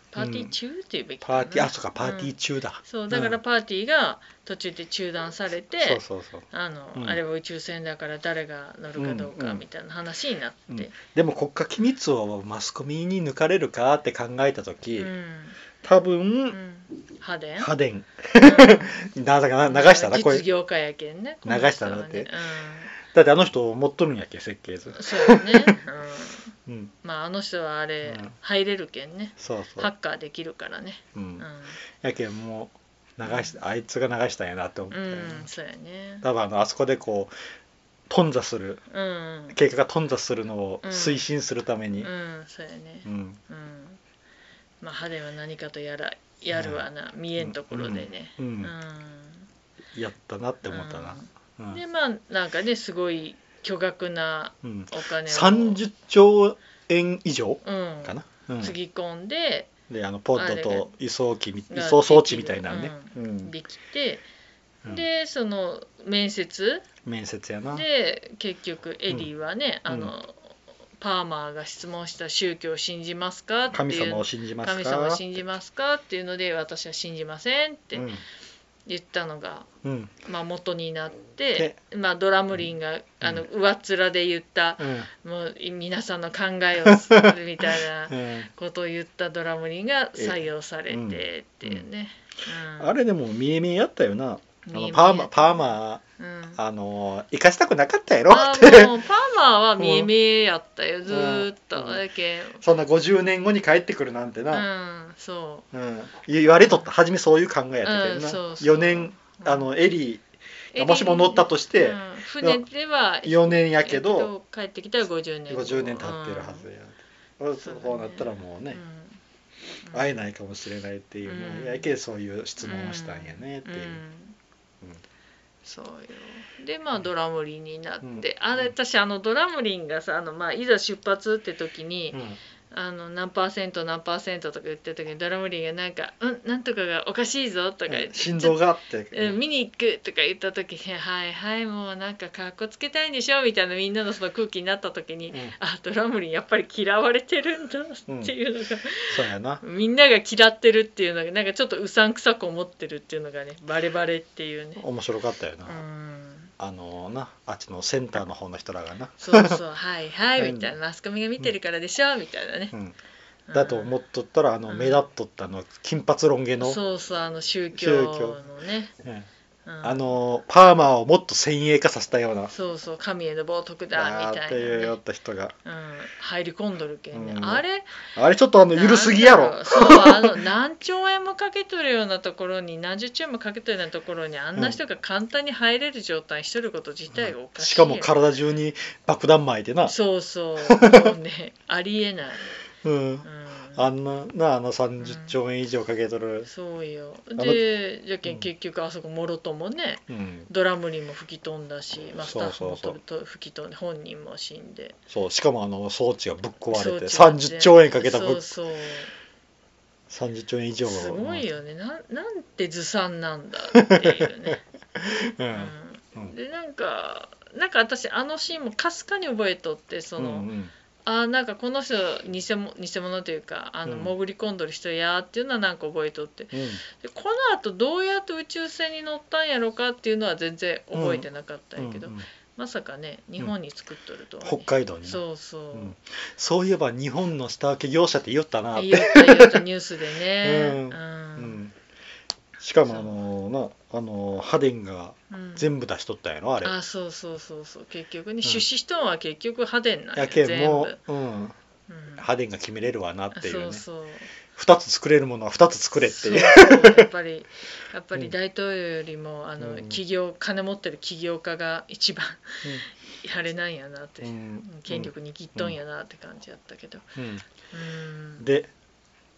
Speaker 2: パーティー中っていうべきか
Speaker 1: パ
Speaker 2: な
Speaker 1: ーティー、あそうかパーティー中だ、
Speaker 2: そうだから
Speaker 1: うん
Speaker 2: パーティーが途中で中断されて、
Speaker 1: そうそうそう
Speaker 2: あの
Speaker 1: うん
Speaker 2: あれは宇宙船だから誰が乗るかどう
Speaker 1: うん
Speaker 2: か
Speaker 1: うん
Speaker 2: みたいな話になって、
Speaker 1: でも国家機密をマスコミに抜かれるかって考えた
Speaker 2: うん
Speaker 1: 時、多分、
Speaker 2: うん派電
Speaker 1: 派電
Speaker 2: 流
Speaker 1: なぜかな 流したなこれ
Speaker 2: 実業家やけんね
Speaker 1: 流したな
Speaker 2: この人はね
Speaker 1: ってだってあの人持っとるんやっけ設計図
Speaker 2: うん、そうだね、うん、
Speaker 1: うん
Speaker 2: まああの人はあれ、
Speaker 1: うん
Speaker 2: 入れるけんね
Speaker 1: そうそ
Speaker 2: ハ
Speaker 1: う、
Speaker 2: ッカーできるからね
Speaker 1: う
Speaker 2: うんん、、
Speaker 1: やけんもう流しあいつが流したんやなって思っ
Speaker 2: う
Speaker 1: たよね、
Speaker 2: ん、そうやね
Speaker 1: 多分あのあそこでこう頓挫する
Speaker 2: うん
Speaker 1: 計画が頓挫するのを推進するために、
Speaker 2: うんそうやね
Speaker 1: うん
Speaker 2: うんまあ派手は何かとやらやるわな、見えんところでね
Speaker 1: うん
Speaker 2: う
Speaker 1: うんやったなって思ったな、うん
Speaker 2: でまあなんかねすごい巨額な
Speaker 1: うん、
Speaker 2: お金を
Speaker 1: 30兆円以上
Speaker 2: うん
Speaker 1: かな、うん、
Speaker 2: つぎ込んで
Speaker 1: であのポッド
Speaker 2: あれが
Speaker 1: と輸送機み
Speaker 2: が
Speaker 1: 輸送装置みたいなのね、うん
Speaker 2: できて、
Speaker 1: うん
Speaker 2: でその面接
Speaker 1: 面接やな
Speaker 2: で結局エリーはね、
Speaker 1: うん
Speaker 2: あのパーマーが質問した宗教を信じますかっていう
Speaker 1: 神様を信じますか
Speaker 2: 神様を信じますかっていうので私は信じませんって言ったのが、
Speaker 1: うん、うん
Speaker 2: まあ、元になって、まあ、ドラムリンが、あの
Speaker 1: う
Speaker 2: 上っ面で言った、
Speaker 1: うん
Speaker 2: もう皆さんの考えをするみたい な
Speaker 1: うん
Speaker 2: ことを言ったドラムリンが採用されてっていうね。うん
Speaker 1: あれでも見え見えやったよなあ
Speaker 2: 見え見
Speaker 1: の
Speaker 2: え
Speaker 1: パーマパーマ
Speaker 2: うん
Speaker 1: あの生かしたくなかったやろ
Speaker 2: あ
Speaker 1: っ
Speaker 2: ー
Speaker 1: て
Speaker 2: もうパーマーは見え見えやったよ、ずーっと、
Speaker 1: うん
Speaker 2: だけ
Speaker 1: そんな50年後に帰ってくるなんて
Speaker 2: う
Speaker 1: な、
Speaker 2: んそ
Speaker 1: うん言われとった初めそういう考えやったけどな、
Speaker 2: うんそうそう
Speaker 1: 4年
Speaker 2: う
Speaker 1: あのエリー
Speaker 2: エ
Speaker 1: が
Speaker 2: リ
Speaker 1: もしも乗ったとして、
Speaker 2: うん船では
Speaker 1: 4年やけ
Speaker 2: えっ
Speaker 1: ど、
Speaker 2: と帰ってきたら50年後
Speaker 1: 50年経ってるはずや、俺
Speaker 2: そうだね
Speaker 1: そうなったらもう
Speaker 2: うん
Speaker 1: ね、
Speaker 2: うん
Speaker 1: 会えないかもしれないっていう、
Speaker 2: うん
Speaker 1: もうやけそういう質問をしたんやねっていう、
Speaker 2: うん
Speaker 1: うん
Speaker 2: そうよでまあドラムリンになって、
Speaker 1: うん
Speaker 2: あれ私あのドラムリンがさあの、まあ、いざ出発って時に、
Speaker 1: うん
Speaker 2: あの何パーセント何パーセントとか言ってる時にドラムリンがなんか「うんなんとかがおかしいぞ」とか言
Speaker 1: う
Speaker 2: っ
Speaker 1: ん
Speaker 2: て
Speaker 1: 振動があっ
Speaker 2: 「うん
Speaker 1: て
Speaker 2: 見に行く」とか言った時に「はいはいもうなんかかっこつけたいんでしょ」みたいなみんなのその空気になった時に
Speaker 1: うん
Speaker 2: 「あドラムリンやっぱり嫌われてるんだ」っていうのが、
Speaker 1: そうやな
Speaker 2: みんなが嫌ってるっていうのがなんかちょっとうさんくさく思ってるっていうのがねバレバレっていうね。
Speaker 1: 面白かったよ
Speaker 2: う
Speaker 1: な、
Speaker 2: ん
Speaker 1: あのなあっちのセンターの方の人らがな、
Speaker 2: そう そうはいは
Speaker 1: はい
Speaker 2: いみたいなマスコミが見てるからでしょみたいなね
Speaker 1: う。ん、だと思っとったらあの
Speaker 2: うん
Speaker 1: 目立っとったあの金髪ロン毛の、
Speaker 2: そうそうあの宗教のね。
Speaker 1: うん
Speaker 2: うん
Speaker 1: あのパーマをもっと先鋭化させたような
Speaker 2: そうそう神への冒涜だ
Speaker 1: あー
Speaker 2: みた
Speaker 1: っ
Speaker 2: い
Speaker 1: て
Speaker 2: な
Speaker 1: いう
Speaker 2: ね、
Speaker 1: よった人が
Speaker 2: うん、入り込んどるけんね、
Speaker 1: うん
Speaker 2: あれ
Speaker 1: あれちょっとあの緩すぎやろ
Speaker 2: なんだうそうあの 何兆円もかけとるようなところに何十兆円もかけとるようなところにあんな人が簡単に入れる状態にしとること自体がおかしい
Speaker 1: し
Speaker 2: よ、
Speaker 1: かも体中に爆弾巻い てな、
Speaker 2: そうそうもうねありえない、
Speaker 1: うん
Speaker 2: う、ん、
Speaker 1: あんななあの30兆円以上かけとる、
Speaker 2: そうよ
Speaker 1: の
Speaker 2: でじゃけ
Speaker 1: うん
Speaker 2: ん結局あそこもろともね
Speaker 1: うん、
Speaker 2: ドラムにも吹き飛んだし、まあ、スタッフも
Speaker 1: そう
Speaker 2: と
Speaker 1: そう
Speaker 2: と吹き飛んで本人も死んで
Speaker 1: そうしかもあの装置がぶっ壊れて
Speaker 2: 装置がね
Speaker 1: 30兆円かけた
Speaker 2: そ
Speaker 1: ぶ
Speaker 2: うそう
Speaker 1: 30兆円以上
Speaker 2: すごいよねなんなんてずさんなんだっていうね、
Speaker 1: うん、
Speaker 2: う
Speaker 1: うん
Speaker 2: ん、でなんかなんか私あのシーンもかすかに覚えとってその、
Speaker 1: うんうん
Speaker 2: あーなんかこの人偽も偽物というかあの、
Speaker 1: うん
Speaker 2: 潜り込んどる人やーっていうのはなんか覚えとって
Speaker 1: うん
Speaker 2: でこのあとどうやって宇宙船に乗ったんやろかっていうのは全然覚えてなかったんやけど、
Speaker 1: うんうん
Speaker 2: まさかね日本に作っとるとはね、
Speaker 1: 北海道にな
Speaker 2: そうそう、
Speaker 1: うんそういえば日本の下請け業者って言おったなって
Speaker 2: 言った言ったニュースでね
Speaker 1: う
Speaker 2: うん
Speaker 1: うんしかもあのなあのハデンが
Speaker 2: うん
Speaker 1: 全部出しとったんやろあれ、
Speaker 2: あそうそうそうそう結局ね、出資しとんは結局派手なん
Speaker 1: や
Speaker 2: よ
Speaker 1: けん
Speaker 2: 全
Speaker 1: も
Speaker 2: 部、
Speaker 1: う、うん、
Speaker 2: うん
Speaker 1: ハデンが決めれるわなっていうね
Speaker 2: そうそう
Speaker 1: 2つ作れるものは2つ作れっていう
Speaker 2: そうそうやっぱ りやっぱ
Speaker 1: うん
Speaker 2: り大統領よりもあの、
Speaker 1: うん
Speaker 2: 企業金持ってる起業家が一番 やれないんやなって、
Speaker 1: うんうん
Speaker 2: 権力握っとんやなって感じやったけど、
Speaker 1: うん
Speaker 2: うん、
Speaker 1: で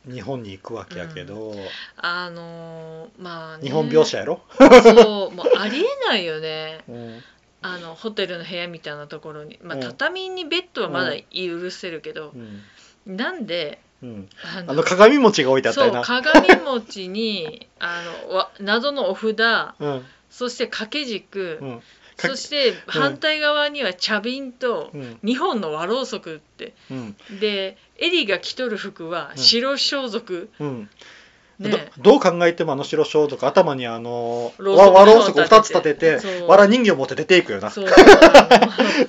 Speaker 1: 日本に行くわけやけど、
Speaker 2: あのーまあ、ね、
Speaker 1: 日本描写やろ、
Speaker 2: そうもうありえないよね
Speaker 1: うん
Speaker 2: あのホテルの部屋みたいなところに、まあ、
Speaker 1: うん
Speaker 2: 畳にベッドはまだ許せるけど
Speaker 1: う、ん
Speaker 2: なんで
Speaker 1: うん、
Speaker 2: あ
Speaker 1: あの鏡餅が置いてあった
Speaker 2: そ
Speaker 1: よ
Speaker 2: う
Speaker 1: な
Speaker 2: 鏡餅に あのわ謎のお札
Speaker 1: うん
Speaker 2: そして掛け軸、
Speaker 1: うんか
Speaker 2: そして反対側には茶瓶と
Speaker 1: うん
Speaker 2: 2本の和ろうそくって
Speaker 1: うん
Speaker 2: でエリーが着とる服は
Speaker 1: うん
Speaker 2: 白装束、
Speaker 1: うん
Speaker 2: ね
Speaker 1: どどう考えてもあの白装束頭にあの
Speaker 2: ろうそく
Speaker 1: わわろうそくを
Speaker 2: ろうそ
Speaker 1: 2
Speaker 2: く
Speaker 1: つ立てて
Speaker 2: そう
Speaker 1: わら人形持って出ていくよな
Speaker 2: そうあ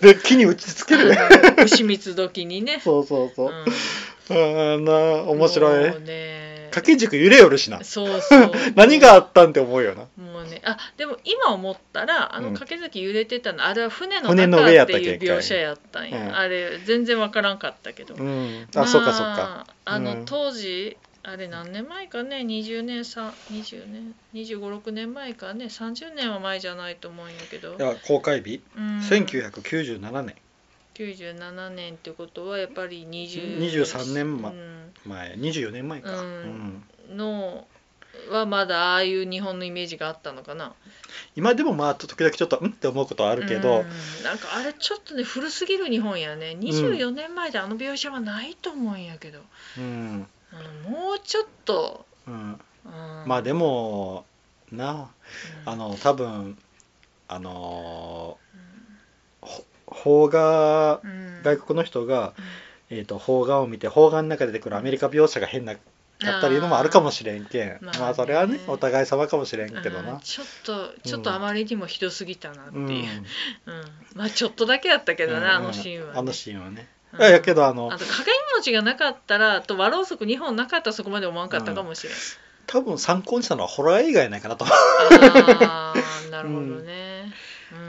Speaker 1: で木に打ちつけるね
Speaker 2: の牛蜜時にね、
Speaker 1: そうそう
Speaker 2: う
Speaker 1: そ
Speaker 2: ん
Speaker 1: う、うん、な面白い
Speaker 2: もうね
Speaker 1: 掛け軸揺れよるしな
Speaker 2: そうそう
Speaker 1: 何があったんって思うよな
Speaker 2: もうねあでも今思ったらあ
Speaker 1: う
Speaker 2: の
Speaker 1: ん
Speaker 2: 掛け崎揺れてたの、あれは船の
Speaker 1: 船の上や
Speaker 2: 中
Speaker 1: っ
Speaker 2: ったて
Speaker 1: っけ
Speaker 2: いう描写やったんや、
Speaker 1: うん
Speaker 2: あれ全然わからんかったけど、
Speaker 1: うんあ、
Speaker 2: ま
Speaker 1: そうかそうか
Speaker 2: あ
Speaker 1: うん
Speaker 2: の当時あれ何年前かね20年さ20年2 5 6年前かね30年は前じゃないと思うんやけど
Speaker 1: い、や公開日
Speaker 2: うん、
Speaker 1: 1997年
Speaker 2: 97年ってことはやっぱり20
Speaker 1: 23年前
Speaker 2: うん
Speaker 1: 前24年前か、う
Speaker 2: うんんのはまだああいう日本のイメージがあったのかな
Speaker 1: 今でもまあ時々ちょっとうんって思うことはあるけど、
Speaker 2: うんなんかあれちょっとね古すぎる日本やね24年前であの描写はないと思うんやけど、
Speaker 1: うん
Speaker 2: うんもうちょっと、
Speaker 1: うん
Speaker 2: うん
Speaker 1: まあでもな
Speaker 2: うん
Speaker 1: あの多分あのーほ邦画
Speaker 2: うん
Speaker 1: 外国の人が
Speaker 2: うん、
Speaker 1: えー、と邦画を見て邦画の中で出てくるアメリカ描写が変なかったりいうのもあるかもしれんけん
Speaker 2: あー
Speaker 1: ま
Speaker 2: まあ
Speaker 1: あ
Speaker 2: ね
Speaker 1: それはねお互い様かもしれんけど
Speaker 2: うん
Speaker 1: な。
Speaker 2: ちょっとちょっとあまりにもひどすぎたなっていう、
Speaker 1: う
Speaker 2: うんんまあちょっとだけやったけどな、あ
Speaker 1: うん
Speaker 2: のシーンは、ね、
Speaker 1: あのシーンはね。
Speaker 2: うん
Speaker 1: いやいやけどあの
Speaker 2: あと影餅がなかったらと和ろうそく2本なかったらそこまで思わんかったかもしれん、
Speaker 1: 多分参考にしたのはホラー映画やないかなと。
Speaker 2: ああなるほどねうん、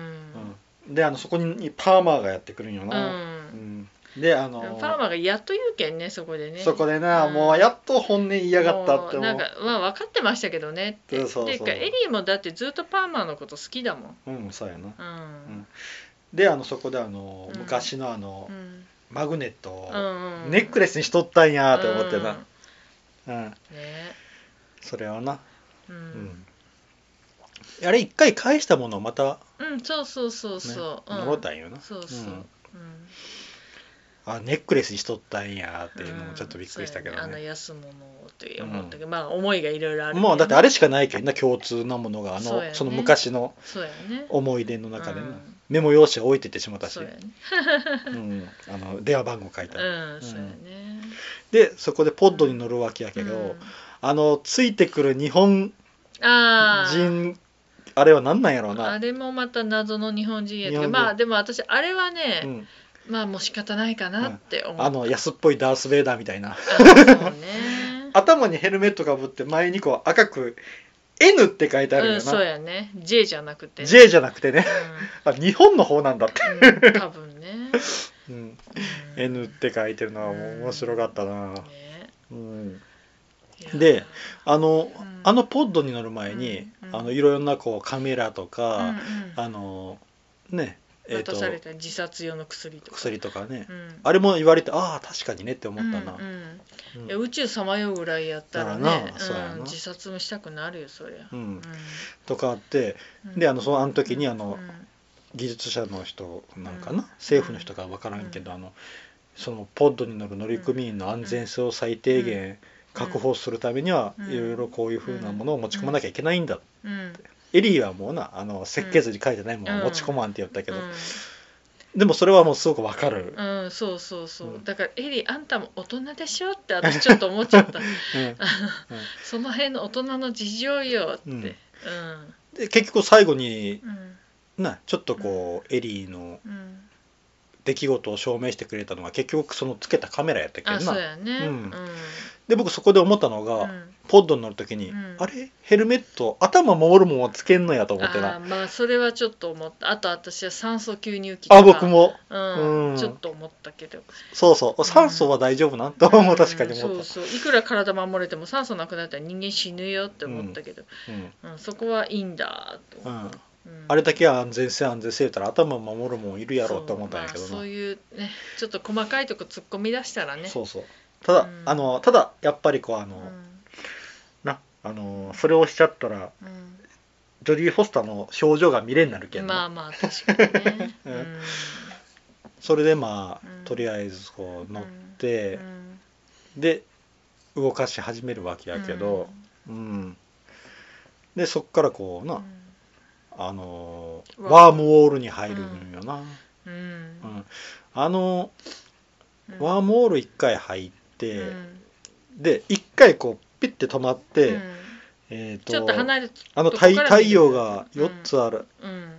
Speaker 1: うんであのそこにパーマーがやってくるんよ
Speaker 2: うん
Speaker 1: な。うんであ
Speaker 2: パ
Speaker 1: の
Speaker 2: ーマがやっと言うけんねそこでね
Speaker 1: そこでな
Speaker 2: うん
Speaker 1: もうやっと本音言いやがったって
Speaker 2: も
Speaker 1: 思
Speaker 2: うな。
Speaker 1: うん
Speaker 2: かまあ分かってましたけどねって
Speaker 1: そうそうそう
Speaker 2: てかエリーもだってずっとパーマのこと好きだもん
Speaker 1: うんそうやな。
Speaker 2: うんうん
Speaker 1: であのそこであの
Speaker 2: うん
Speaker 1: 昔のあの
Speaker 2: うん
Speaker 1: マグネットを
Speaker 2: うん
Speaker 1: ネックレスにしとったんやーって思って
Speaker 2: うん
Speaker 1: な。うん
Speaker 2: ね
Speaker 1: それはな。
Speaker 2: う
Speaker 1: うんんあれ一回返したものをまた
Speaker 2: うんそうそうそう
Speaker 1: ね
Speaker 2: そううん
Speaker 1: 戻ったんよな。
Speaker 2: そうそううんうん
Speaker 1: あネックレスにしとったんやっていうのもちょっとびっくりしたけど
Speaker 2: うんそうやねあの
Speaker 1: ね、
Speaker 2: 安物って思ったけど、まあ思いがいろいろあるけどね
Speaker 1: もうだってあれしかないけどな共通なものがあの
Speaker 2: そう
Speaker 1: そ,、
Speaker 2: やね
Speaker 1: の昔の
Speaker 2: そうやね
Speaker 1: 思い出の中でな、
Speaker 2: うん
Speaker 1: メモ用紙は置いてってしまったし
Speaker 2: そうやね
Speaker 1: うん、あの電話番号書いてある、
Speaker 2: うんそうやね
Speaker 1: でそこでポッドに乗るわけやけど、
Speaker 2: うん
Speaker 1: あのついてくる日本
Speaker 2: ああ
Speaker 1: 人あれは何なんやろう
Speaker 2: あ
Speaker 1: な、
Speaker 2: れもまた謎の日本人やけ
Speaker 1: 日
Speaker 2: ど
Speaker 1: 本人
Speaker 2: まあでも私あれはね、
Speaker 1: うん、
Speaker 2: まあもう仕方ないかなって思う、
Speaker 1: あの安っぽいダース・ベイダーみたいな
Speaker 2: あそうね
Speaker 1: 頭にヘルメットかぶって前にこう赤く N って書いてあるよ
Speaker 2: うん
Speaker 1: な、
Speaker 2: そうやね J じゃなくて、ね、
Speaker 1: J じゃなくてね
Speaker 2: う
Speaker 1: あ日本の方なんだって、
Speaker 2: ん、うん、多 分ね、
Speaker 1: うん、
Speaker 2: うん
Speaker 1: N って書いてるのはもう面白かったな、
Speaker 2: ね
Speaker 1: うん、
Speaker 2: いやー
Speaker 1: であの、
Speaker 2: うん
Speaker 1: あのポッドに乗る前に、
Speaker 2: うんうん
Speaker 1: あのいろんなこうカメラと
Speaker 2: うんうん
Speaker 1: か、あのねえっ、
Speaker 2: 渡され
Speaker 1: と
Speaker 2: た自殺用の薬とか
Speaker 1: 薬とかね、
Speaker 2: うん
Speaker 1: あれも言われてああ確かにねって思ったな、
Speaker 2: うんうん
Speaker 1: うん
Speaker 2: いや宇宙さまようぐらいやったら
Speaker 1: だから
Speaker 2: ね
Speaker 1: なそうやな
Speaker 2: うん、自殺もしたくなるよそりゃ、
Speaker 1: うん
Speaker 2: うん
Speaker 1: とかあって
Speaker 2: うん
Speaker 1: であのそのあの時にあの、
Speaker 2: うん
Speaker 1: 技術者の人なんかな、
Speaker 2: うん
Speaker 1: 政府の人か分からんけど、あのそのポッドに乗る乗組員の安全性を最低限確保するためには、
Speaker 2: うん
Speaker 1: いろいろこういう風なものを持ち込まなきゃいけないんだ、
Speaker 2: うん
Speaker 1: エリーはもうなあの設計図に書いてないものを持ち込まんって言ったけど、
Speaker 2: うん
Speaker 1: でもそれはもうすごく分かる、
Speaker 2: うん、そうそうそう、
Speaker 1: うん
Speaker 2: だからエリーあんたも大人でしょって私ちょっと思っちゃ った
Speaker 1: うん
Speaker 2: その辺の大人の事情よって、
Speaker 1: う
Speaker 2: うんんうん
Speaker 1: で結局最後に
Speaker 2: うん
Speaker 1: なちょっとこうエリーの出来事を証明してくれたのは結局そのつけたカメラやったけ
Speaker 2: あ
Speaker 1: ど
Speaker 2: そう
Speaker 1: な
Speaker 2: やね
Speaker 1: う
Speaker 2: うんん、
Speaker 1: で僕そこで思ったのが、
Speaker 2: うん
Speaker 1: ポッドに乗る時に、
Speaker 2: うん
Speaker 1: あれヘルメット頭守るもんはつけんのやと思って
Speaker 2: あ
Speaker 1: な
Speaker 2: ーまあそれはちょっと思ったあと私は酸素吸入器とか
Speaker 1: あ僕、も
Speaker 2: うん
Speaker 1: うん
Speaker 2: ちょっと思ったけど
Speaker 1: そうそう酸素は大丈夫なんとも確かに思
Speaker 2: う
Speaker 1: っ
Speaker 2: ん
Speaker 1: た、
Speaker 2: そうそういくら体守れても酸素なくなったら人間死ぬよって思ったけど、
Speaker 1: うん
Speaker 2: うんそこはいいんだ
Speaker 1: う
Speaker 2: と、
Speaker 1: ん
Speaker 2: うん
Speaker 1: あれだけは安全性安全性言ったら頭守るもんいるやろって思ったんやけど
Speaker 2: そう,、まあ、そう
Speaker 1: な
Speaker 2: いうねちょっと細かいとこ突っ込み出したらね
Speaker 1: そうそうただ、
Speaker 2: うん
Speaker 1: あのただやっぱりこうあの、
Speaker 2: う
Speaker 1: なあのそれをしちゃったら
Speaker 2: ん
Speaker 1: ジョディ・フォスターの表情が見れになるけ
Speaker 2: うんん、
Speaker 1: な、
Speaker 2: まあまあ確か にね
Speaker 1: う
Speaker 2: うんん
Speaker 1: それでまあ、
Speaker 2: うん
Speaker 1: とりあえずこう乗っ
Speaker 2: う
Speaker 1: て、
Speaker 2: ん
Speaker 1: で動かし始めるわけやけど、うん、でそっからこう
Speaker 2: う
Speaker 1: な、
Speaker 2: ん
Speaker 1: あのーワ
Speaker 2: ワ
Speaker 1: ー
Speaker 2: ー
Speaker 1: ム
Speaker 2: ム
Speaker 1: ウォールに入るんよな、う
Speaker 2: う
Speaker 1: ん
Speaker 2: ん
Speaker 1: あの
Speaker 2: うん
Speaker 1: ワームウォール1回入って、
Speaker 2: うん
Speaker 1: で1回こうピッて止まって、
Speaker 2: うん
Speaker 1: えー、と
Speaker 2: ちょっと離れて
Speaker 1: あの
Speaker 2: とこから
Speaker 1: 太
Speaker 2: 見る
Speaker 1: 太陽が4つある
Speaker 2: うん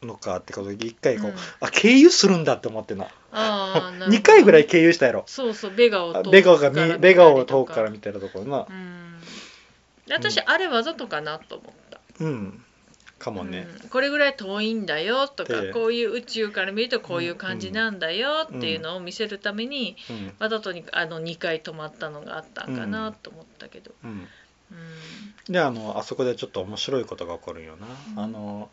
Speaker 1: のかってことで1回こう、
Speaker 2: うん
Speaker 1: あ経由するんだって思ってな
Speaker 2: ああなるほど
Speaker 1: 2回ぐらい経由したやろ
Speaker 2: そうそうベガを
Speaker 1: あ
Speaker 2: 遠く
Speaker 1: ベガが見ベガを遠くから
Speaker 2: 見
Speaker 1: 見てるところな
Speaker 2: たりとかうん私あれわざとかなと思った
Speaker 1: うん、かもね、
Speaker 2: うんこれぐらい遠いんだよとか
Speaker 1: で
Speaker 2: こういう宇宙から見るとこういう感じなんだよっていうのを見せるために
Speaker 1: うん
Speaker 2: わざとにあの2回止まったのがあったんかなと思ったけど、
Speaker 1: うん、
Speaker 2: うん
Speaker 1: であのあそこでちょっと面白いことが起こるんよな、
Speaker 2: うん
Speaker 1: あの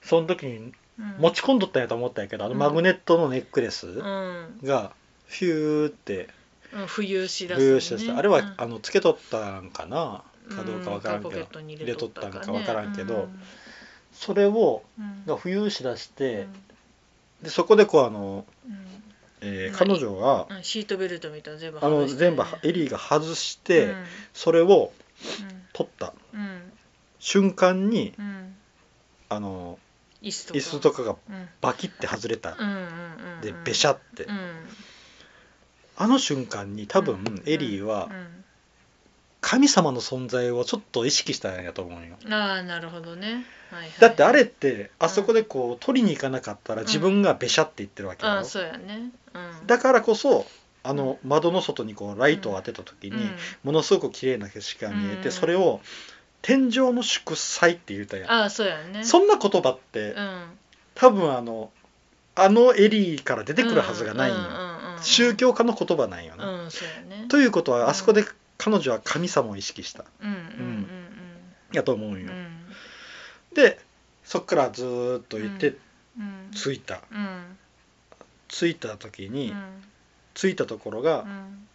Speaker 1: その時に
Speaker 2: うん
Speaker 1: 持ち込んどったんやと思ったんやけどあのマグネットのネックレス
Speaker 2: うん、
Speaker 1: がフューって
Speaker 2: うん、浮遊しだ
Speaker 1: 浮遊して
Speaker 2: ね
Speaker 1: あれは、
Speaker 2: うん
Speaker 1: あのつけとったんかな
Speaker 2: うん
Speaker 1: かどうかわからんけ
Speaker 2: ポケ
Speaker 1: ど
Speaker 2: ットに
Speaker 1: 入
Speaker 2: 入
Speaker 1: れ
Speaker 2: れ
Speaker 1: と
Speaker 2: と
Speaker 1: っ
Speaker 2: ったた
Speaker 1: ん
Speaker 2: か,、
Speaker 1: かわからんけど
Speaker 2: ね
Speaker 1: それを
Speaker 2: うん
Speaker 1: が浮遊しだして
Speaker 2: うん
Speaker 1: でそこでこうあの、
Speaker 2: う
Speaker 1: えー
Speaker 2: うん
Speaker 1: 彼女が
Speaker 2: んうんシートベルトみたいなの全部
Speaker 1: あの
Speaker 2: 外して
Speaker 1: 全部エリーが外して、
Speaker 2: うん
Speaker 1: それを取った
Speaker 2: うん
Speaker 1: 瞬間に
Speaker 2: うんうん
Speaker 1: あの
Speaker 2: 椅子とか
Speaker 1: 椅子と
Speaker 2: か、
Speaker 1: かが
Speaker 2: うん
Speaker 1: バキって外れた
Speaker 2: うんうんうん、
Speaker 1: でべしゃって
Speaker 2: うん
Speaker 1: あの瞬間に多分エリーは神様の存在をちょっと意識したんやと思うんよ
Speaker 2: うん、ああなるほどね、はいはい、
Speaker 1: だってあれってあそこでこう取りに行かなかったら自分がべしゃって言ってるわけ
Speaker 2: あ
Speaker 1: だ
Speaker 2: あ
Speaker 1: ろ
Speaker 2: そうやね、うん、
Speaker 1: だからこそあの窓の外にこうライトを当てた時にものすごく綺麗な景色が見え
Speaker 2: う
Speaker 1: て
Speaker 2: ん
Speaker 1: それを「天上の祝祭」って言うた
Speaker 2: うん、
Speaker 1: や
Speaker 2: ああそうやね
Speaker 1: んそんな言葉っ
Speaker 2: う
Speaker 1: て
Speaker 2: ん
Speaker 1: 多分あのあのエリーから出てくるはずがないん
Speaker 2: うん
Speaker 1: よ
Speaker 2: うんうん、
Speaker 1: 宗教家の言葉なんよな
Speaker 2: うんそうやね
Speaker 1: ということはあそこで彼女は神様を意識した
Speaker 2: うんうん
Speaker 1: やと思うん
Speaker 2: うんうん
Speaker 1: よ
Speaker 2: うん
Speaker 1: でそっからずーっと行って
Speaker 2: うん
Speaker 1: 着いた
Speaker 2: うん
Speaker 1: 着いた時
Speaker 2: う
Speaker 1: に
Speaker 2: ん
Speaker 1: 着いたところが
Speaker 2: うん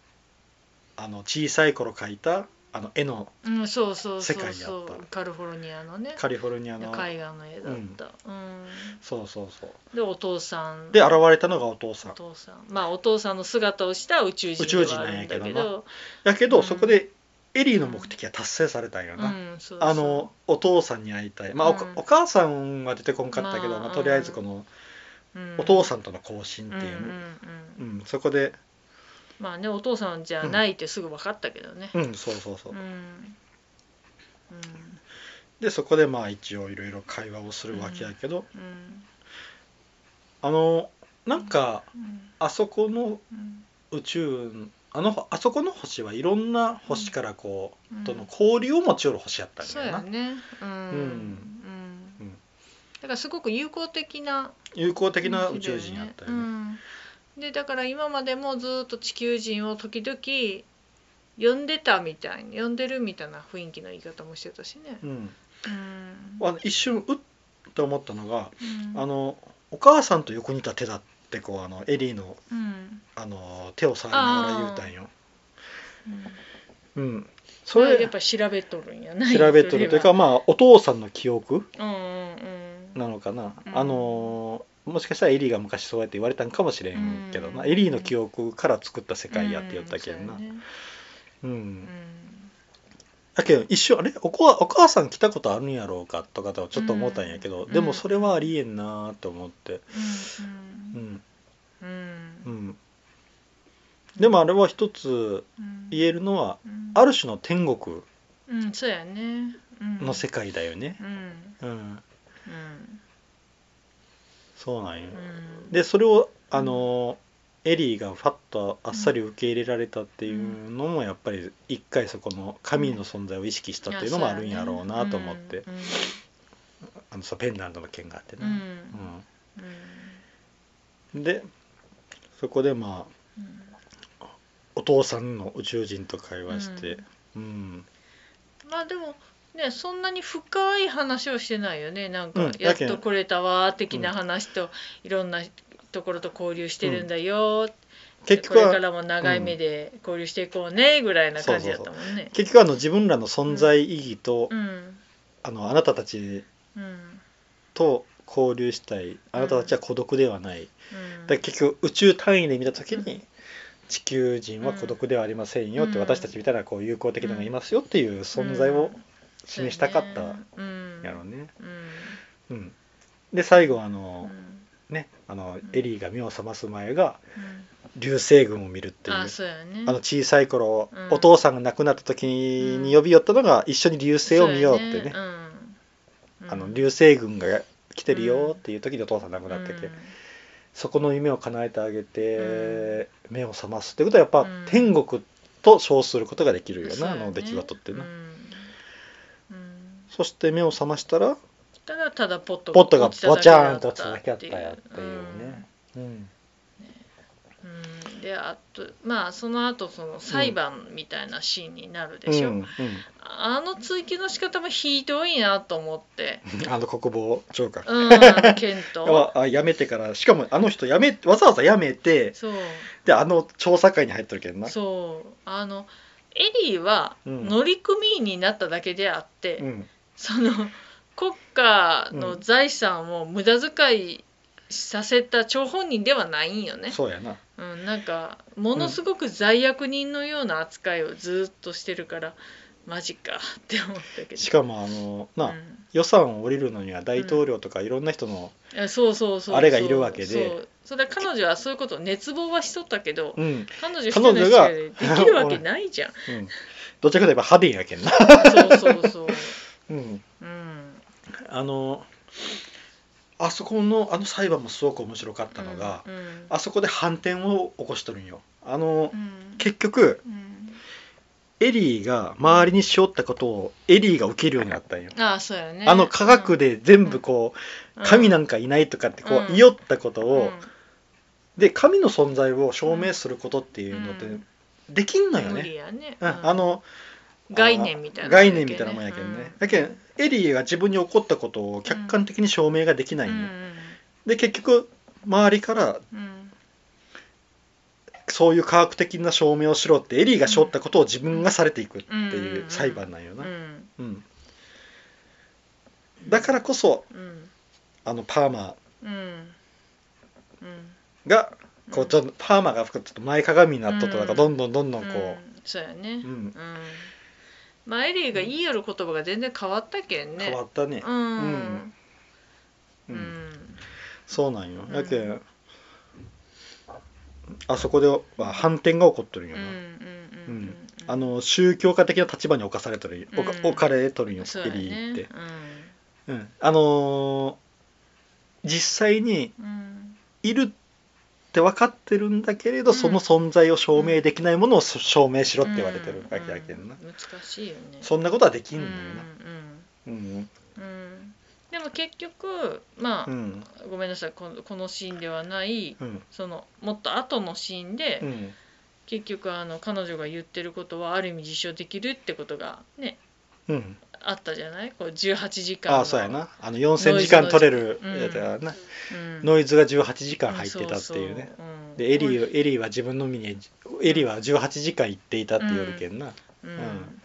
Speaker 1: あの小さい頃描いたあの絵の
Speaker 2: うん、そうそう
Speaker 1: 世
Speaker 2: そう
Speaker 1: 界や
Speaker 2: そ
Speaker 1: っぱ
Speaker 2: うカリフォルニアのね
Speaker 1: カリフォルニアの
Speaker 2: 海岸の絵だった、うん
Speaker 1: そうそうそう
Speaker 2: でお父さん
Speaker 1: で現れたのがお父さ
Speaker 2: お
Speaker 1: ん
Speaker 2: 父さんまあお父さんの姿をした宇宙人ではあるんだけ
Speaker 1: 宇宙人なんや
Speaker 2: ど
Speaker 1: やけど、
Speaker 2: うん
Speaker 1: そこでエリーの目的は達成されたんよ
Speaker 2: う
Speaker 1: な、
Speaker 2: んそうそう
Speaker 1: あのお父さんに会いたい、まあおか
Speaker 2: うん
Speaker 1: お母さんは出てこんかったけど、
Speaker 2: まあ
Speaker 1: まあ、とりあえずこの
Speaker 2: うん
Speaker 1: お父さんとの交信っていう
Speaker 2: う
Speaker 1: の、
Speaker 2: んうんうん
Speaker 1: うんそこで
Speaker 2: まあねお父さんじゃないってすぐ分かったけどね、
Speaker 1: うんそうそうそううん
Speaker 2: うん
Speaker 1: でそこでまあ一応いろいろ会話をするわけやけど、
Speaker 2: うん
Speaker 1: あのなんか
Speaker 2: うん
Speaker 1: あそこの
Speaker 2: うん
Speaker 1: 宇宙あのあそこの星はいろんな星からこう、
Speaker 2: うん
Speaker 1: との交流を持ち寄る星やったん
Speaker 2: そう
Speaker 1: だよな、
Speaker 2: やねうん、
Speaker 1: うん
Speaker 2: うんだからすごく友好的な
Speaker 1: 友好的な宇宙人やったよね
Speaker 2: うんでだから今までもずっと地球人を時々呼んでたみたいに呼んでるみたいな雰囲気の言い方もしてたしね。
Speaker 1: うん
Speaker 2: うん
Speaker 1: あの一瞬うっって思ったのが、
Speaker 2: うん
Speaker 1: あのお母さんと横にいた手だってこうあのエリーの
Speaker 2: うん
Speaker 1: あの手を触りながら言うたんよ。
Speaker 2: うん
Speaker 1: うん、そ
Speaker 2: それや
Speaker 1: れ
Speaker 2: っぱ調べとるんやな
Speaker 1: 調べとるというかまあお父さんの記憶
Speaker 2: うんうんうん
Speaker 1: なのかな、
Speaker 2: うん
Speaker 1: あのもしかしたらエリーが昔そうやって言われたんかもしれんけどな、
Speaker 2: うん
Speaker 1: エリーの記憶から作った世界やって言ったけんな。
Speaker 2: う
Speaker 1: うん
Speaker 2: そうやね
Speaker 1: ん
Speaker 2: うん
Speaker 1: だけど一瞬あれおこわお母さん来たことあるんやろうかとかとちょっと思ったんやけど、
Speaker 2: うん
Speaker 1: でもそれはありえんなーと思って、う
Speaker 2: うん
Speaker 1: ん
Speaker 2: う
Speaker 1: う
Speaker 2: んうん
Speaker 1: ん、でもあれは一つ
Speaker 2: うん
Speaker 1: 言えるのは
Speaker 2: うん
Speaker 1: ある種の天国
Speaker 2: うんそうやねうん
Speaker 1: の世界だよね。
Speaker 2: うん
Speaker 1: うん、
Speaker 2: うん
Speaker 1: そうなんよ。
Speaker 2: うん
Speaker 1: でそれをあのエリーがファッとあっさり受け入れられたっていうのもやっぱり一回そこの神の存在を意識したっていうのもあるんやろうなと思って、
Speaker 2: うん
Speaker 1: あのさペンダントの件があって
Speaker 2: う
Speaker 1: な。
Speaker 2: んうん
Speaker 1: うんでそこでまあ
Speaker 2: うん
Speaker 1: お父さんの宇宙人と会話して、うん
Speaker 2: まあでもねそんなに深い話をしてないよねなん
Speaker 1: う
Speaker 2: か
Speaker 1: んだ
Speaker 2: やっ
Speaker 1: けど
Speaker 2: と来れたわー的な話といろんなところと交流してるんだよー
Speaker 1: 結
Speaker 2: こ
Speaker 1: 局
Speaker 2: れか
Speaker 1: は
Speaker 2: らも長い目で交流していこうねぐらいな感じだったもんね。
Speaker 1: 結局あの自分らの存在意義と、
Speaker 2: うん
Speaker 1: あのあなたたち
Speaker 2: うん
Speaker 1: と交流したいあなたたちは孤独ではない、
Speaker 2: うん
Speaker 1: だから結局宇宙単位で見た時に地球人は孤独ではありませんよって、
Speaker 2: うん
Speaker 1: 私たちみたいなこう友好的なのがいますよっていう存在を示したかったん
Speaker 2: うん
Speaker 1: やろうね。
Speaker 2: うん
Speaker 1: うん、で最後あ
Speaker 2: うん
Speaker 1: の、ねあの
Speaker 2: ん
Speaker 1: エリーが目を覚ます前が
Speaker 2: うん
Speaker 1: 流星群を見るっていう。
Speaker 2: あそうやね
Speaker 1: あの小さい頃、
Speaker 2: うん
Speaker 1: お父さんが亡くなった時に呼び寄ったのが一緒に流星を見ようってね
Speaker 2: そうやうん
Speaker 1: あの流星群が来てるよっていう時にお父さん亡くなってて、そこの夢を叶えてあげて、目を覚ますってことはやっぱ、
Speaker 2: うん
Speaker 1: 天国と称することができる
Speaker 2: うん
Speaker 1: よ
Speaker 2: そう
Speaker 1: な、
Speaker 2: や
Speaker 1: あの出来事ってな、
Speaker 2: うんうん
Speaker 1: そして目を覚ましたら
Speaker 2: ただただポット
Speaker 1: ポットが
Speaker 2: 落ちただ
Speaker 1: ボ
Speaker 2: け
Speaker 1: チャー
Speaker 2: だ
Speaker 1: ン
Speaker 2: っ
Speaker 1: と
Speaker 2: たっ
Speaker 1: 落
Speaker 2: て
Speaker 1: ち
Speaker 2: いう
Speaker 1: ただけやったよっていうね、うん
Speaker 2: うんであとまあその後その裁判みたいなシーンになるでしょ、
Speaker 1: うんうん
Speaker 2: あの追及の仕方もひどいなと 思って
Speaker 1: あの国防長官、
Speaker 2: うんあの剣と
Speaker 1: あやめてからしかもあの人やめわざわざやめて
Speaker 2: そう
Speaker 1: であの調査会に入ってるけどな
Speaker 2: そうあのエリーは
Speaker 1: うん
Speaker 2: 乗組員になっただけであって、
Speaker 1: うん
Speaker 2: その国家の財産を無駄遣いさせた張本人ではないんよね、
Speaker 1: そうやな
Speaker 2: うん、なんかものすごく罪悪人のような扱いをずっとしてるから、マジかって思ったけど
Speaker 1: しかもあのな、
Speaker 2: うん
Speaker 1: 予算を降りるのには大統領とかいろんな人の、
Speaker 2: いやそうそうそう
Speaker 1: あれがいるわけで
Speaker 2: そうそれは彼女はそういうことを熱望はしとったけど
Speaker 1: うんうん
Speaker 2: 彼女一人
Speaker 1: 彼
Speaker 2: で
Speaker 1: 女が
Speaker 2: できるわけな いじゃん
Speaker 1: どちらかといえば派手やけんな、
Speaker 2: そうそうそう
Speaker 1: うん、
Speaker 2: うん
Speaker 1: あのあそこのあの裁判もすごく面白かったのが、
Speaker 2: うん
Speaker 1: あそこで反転を起こしとるんよあの、
Speaker 2: うん
Speaker 1: 結局
Speaker 2: うん
Speaker 1: エリーが周りにしおったことをエリーが受けるようになったんよ、
Speaker 2: ああそうやね
Speaker 1: あの科学で全部こう、神なんかいないとかってこう、
Speaker 2: うん
Speaker 1: 言いよったことを、
Speaker 2: うん
Speaker 1: で神の存在を証明することっていうのって
Speaker 2: うん
Speaker 1: できんのよ
Speaker 2: 無
Speaker 1: ね、
Speaker 2: 理やね、
Speaker 1: うん
Speaker 2: うん
Speaker 1: あの
Speaker 2: 概念みたいなもん
Speaker 1: 概
Speaker 2: やけどね
Speaker 1: 念みたいなもんやけどね、だけどエリーが自分に起こったことを客観的に証明ができな
Speaker 2: う
Speaker 1: い
Speaker 2: ん
Speaker 1: んよ、で結局周りから
Speaker 2: うん
Speaker 1: そういう科学的な証明をしろってエリーが背負ったことを自分がされていくって
Speaker 2: うんうん
Speaker 1: い
Speaker 2: うん
Speaker 1: う裁判なんよ
Speaker 2: う
Speaker 1: な、
Speaker 2: ん
Speaker 1: うん、だからこそ
Speaker 2: うん
Speaker 1: あのパーマ
Speaker 2: うんうん
Speaker 1: がこうちょっとパーマがちょっと前かがみになっとったなんか
Speaker 2: うん
Speaker 1: どんどんどんどんこ
Speaker 2: うんそうや
Speaker 1: う、
Speaker 2: ね
Speaker 1: う
Speaker 2: うん
Speaker 1: ん、
Speaker 2: まあエリーが言いよる言葉が全然変わったけんね
Speaker 1: 変わったね、
Speaker 2: うん
Speaker 1: うんう
Speaker 2: うんん
Speaker 1: そうなんよ
Speaker 2: うん
Speaker 1: だけ、ん、あそこでは反転が起こってるん
Speaker 2: うん
Speaker 1: よ
Speaker 2: う
Speaker 1: な、
Speaker 2: んう
Speaker 1: うんんあの宗教家的な立場に置かされてる、おか
Speaker 2: うん
Speaker 1: 置かれとるんよ、
Speaker 2: そう
Speaker 1: エ
Speaker 2: や
Speaker 1: リーって、
Speaker 2: ね
Speaker 1: うん、あのー実際に
Speaker 2: うんうん
Speaker 1: いるって分かってるんだけれど、
Speaker 2: うん
Speaker 1: その存在を証明できないものをそ証明しろって言われてるわけやけ
Speaker 2: うん
Speaker 1: な、
Speaker 2: ん難しいよね
Speaker 1: そんなことはでき
Speaker 2: うんん
Speaker 1: の
Speaker 2: う
Speaker 1: よ
Speaker 2: ん
Speaker 1: なうん
Speaker 2: うんでも結局まあ、
Speaker 1: うん
Speaker 2: ごめんなさいこのこのシーンではない
Speaker 1: うん
Speaker 2: そのもっと後のシーンで、
Speaker 1: うん
Speaker 2: 結局あの彼女が言ってることはある意味実証できるってことがね
Speaker 1: うん、
Speaker 2: あったじゃないこう18時間
Speaker 1: あ
Speaker 2: の
Speaker 1: あそうやなあの4000時間取れる
Speaker 2: ノイズの
Speaker 1: やつやな、
Speaker 2: うん
Speaker 1: ノイズが18時間入ってたっていうね、
Speaker 2: んそそうん
Speaker 1: でエリーエリーは自分の身にエリーは18時間行っていたって言うけんな、
Speaker 2: うん
Speaker 1: ん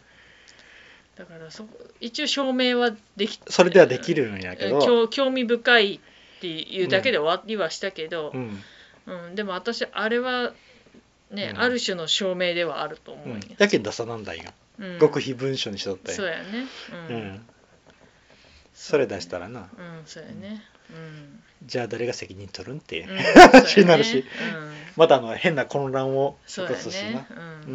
Speaker 2: だからそこ一応証明はでき
Speaker 1: それではできるんやけど、
Speaker 2: 興興味深いっていうだけで終わりはしたけど
Speaker 1: う、ん
Speaker 2: うんでも私あれはね、
Speaker 1: うん
Speaker 2: ある種の証明ではあると思う
Speaker 1: うんん
Speaker 2: や、、
Speaker 1: やけんダサなんだんよ、
Speaker 2: うん
Speaker 1: 極秘文書にしとったん
Speaker 2: そう
Speaker 1: よ、
Speaker 2: やね
Speaker 1: う
Speaker 2: うんん、
Speaker 1: それ出したらな
Speaker 2: うんそうやねうん
Speaker 1: じゃあ誰が責任取るんって、
Speaker 2: うんそうやね
Speaker 1: 気になるし
Speaker 2: うん
Speaker 1: またあの変な混乱を起
Speaker 2: そう
Speaker 1: こ
Speaker 2: や
Speaker 1: すし
Speaker 2: ね
Speaker 1: な
Speaker 2: う
Speaker 1: うんんう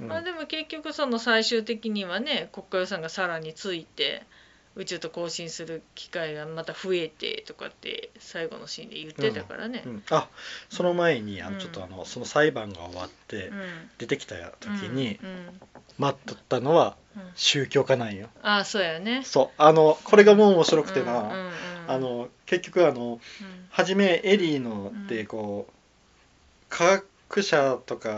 Speaker 2: うん
Speaker 1: ん
Speaker 2: まあでも結局その最終的にはね国家予算がさらについて宇宙と交信する機会がまた増えてとかって最後のシーンで言ってたからね
Speaker 1: うんあその前にあ
Speaker 2: う
Speaker 1: の
Speaker 2: ん
Speaker 1: ちょっとあのその裁判が終わって
Speaker 2: うん
Speaker 1: 出てきた時に
Speaker 2: うん
Speaker 1: 待っとったのは
Speaker 2: うんうん
Speaker 1: 宗教家なんよ
Speaker 2: ああそうやね
Speaker 1: そうあのこれがもう面白くて
Speaker 2: うんうん
Speaker 1: な、
Speaker 2: うん
Speaker 1: あの結局あの
Speaker 2: うん
Speaker 1: 初めエリーのっ
Speaker 2: う
Speaker 1: て
Speaker 2: ん
Speaker 1: こう科学者とか、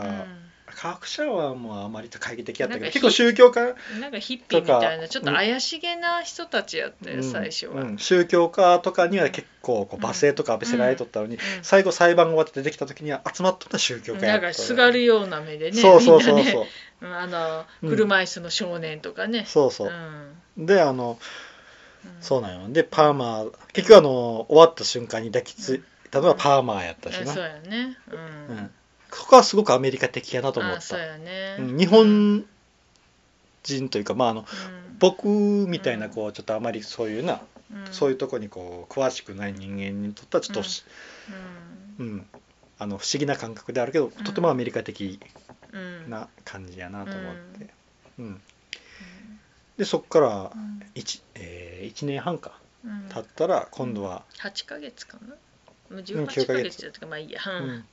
Speaker 2: う
Speaker 1: 科学者はもうあまり懐疑的やったけど
Speaker 2: なんか
Speaker 1: 結構宗教家、
Speaker 2: んなんかヒッピーみたいなちょっと怪しげな人たちやった
Speaker 1: う
Speaker 2: よ
Speaker 1: ん
Speaker 2: 最初は、
Speaker 1: う
Speaker 2: うん
Speaker 1: ん宗教家とかには結構こう罵声とか浴びせられとったのに、最後裁判が終わって出てきた時には集まっとった宗教家や
Speaker 2: な
Speaker 1: っ
Speaker 2: ん
Speaker 1: た
Speaker 2: かすがるような目でね
Speaker 1: そうそうそ
Speaker 2: み
Speaker 1: うん
Speaker 2: な
Speaker 1: そ
Speaker 2: ね
Speaker 1: う
Speaker 2: うんあの
Speaker 1: うん
Speaker 2: 車椅子の少年とかね、
Speaker 1: そう
Speaker 2: う
Speaker 1: そ
Speaker 2: ん
Speaker 1: うであの
Speaker 2: うん
Speaker 1: そうなんよでパーマー結局あの終わった瞬間に抱きついたのはパーマーやったし
Speaker 2: え
Speaker 1: な、
Speaker 2: そうやねう、
Speaker 1: うんん、そこはすごくアメリカ的やなと思
Speaker 2: あ
Speaker 1: っ
Speaker 2: そ
Speaker 1: た
Speaker 2: うやね、
Speaker 1: うん日本人というか、まあ、あの
Speaker 2: うん
Speaker 1: 僕みたいなこうちょっとあまりそういうな、そういう
Speaker 2: う
Speaker 1: とこにこう詳しくない人間にとってはちょっと
Speaker 2: うん
Speaker 1: 不思、
Speaker 2: ん
Speaker 1: うんあの不思議な感覚であるけどとてもアメリカ的
Speaker 2: うん
Speaker 1: な感じやなと思って、うんでそこか
Speaker 2: う
Speaker 1: ら
Speaker 2: ん
Speaker 1: 1,、えー一年半か
Speaker 2: うん
Speaker 1: 経ったら今度は、
Speaker 2: 8ヶ月かなもう
Speaker 1: うん
Speaker 2: 18
Speaker 1: 九ヶ
Speaker 2: ヶ
Speaker 1: 月
Speaker 2: 月だったかまあいいや
Speaker 1: う
Speaker 2: うん
Speaker 1: ん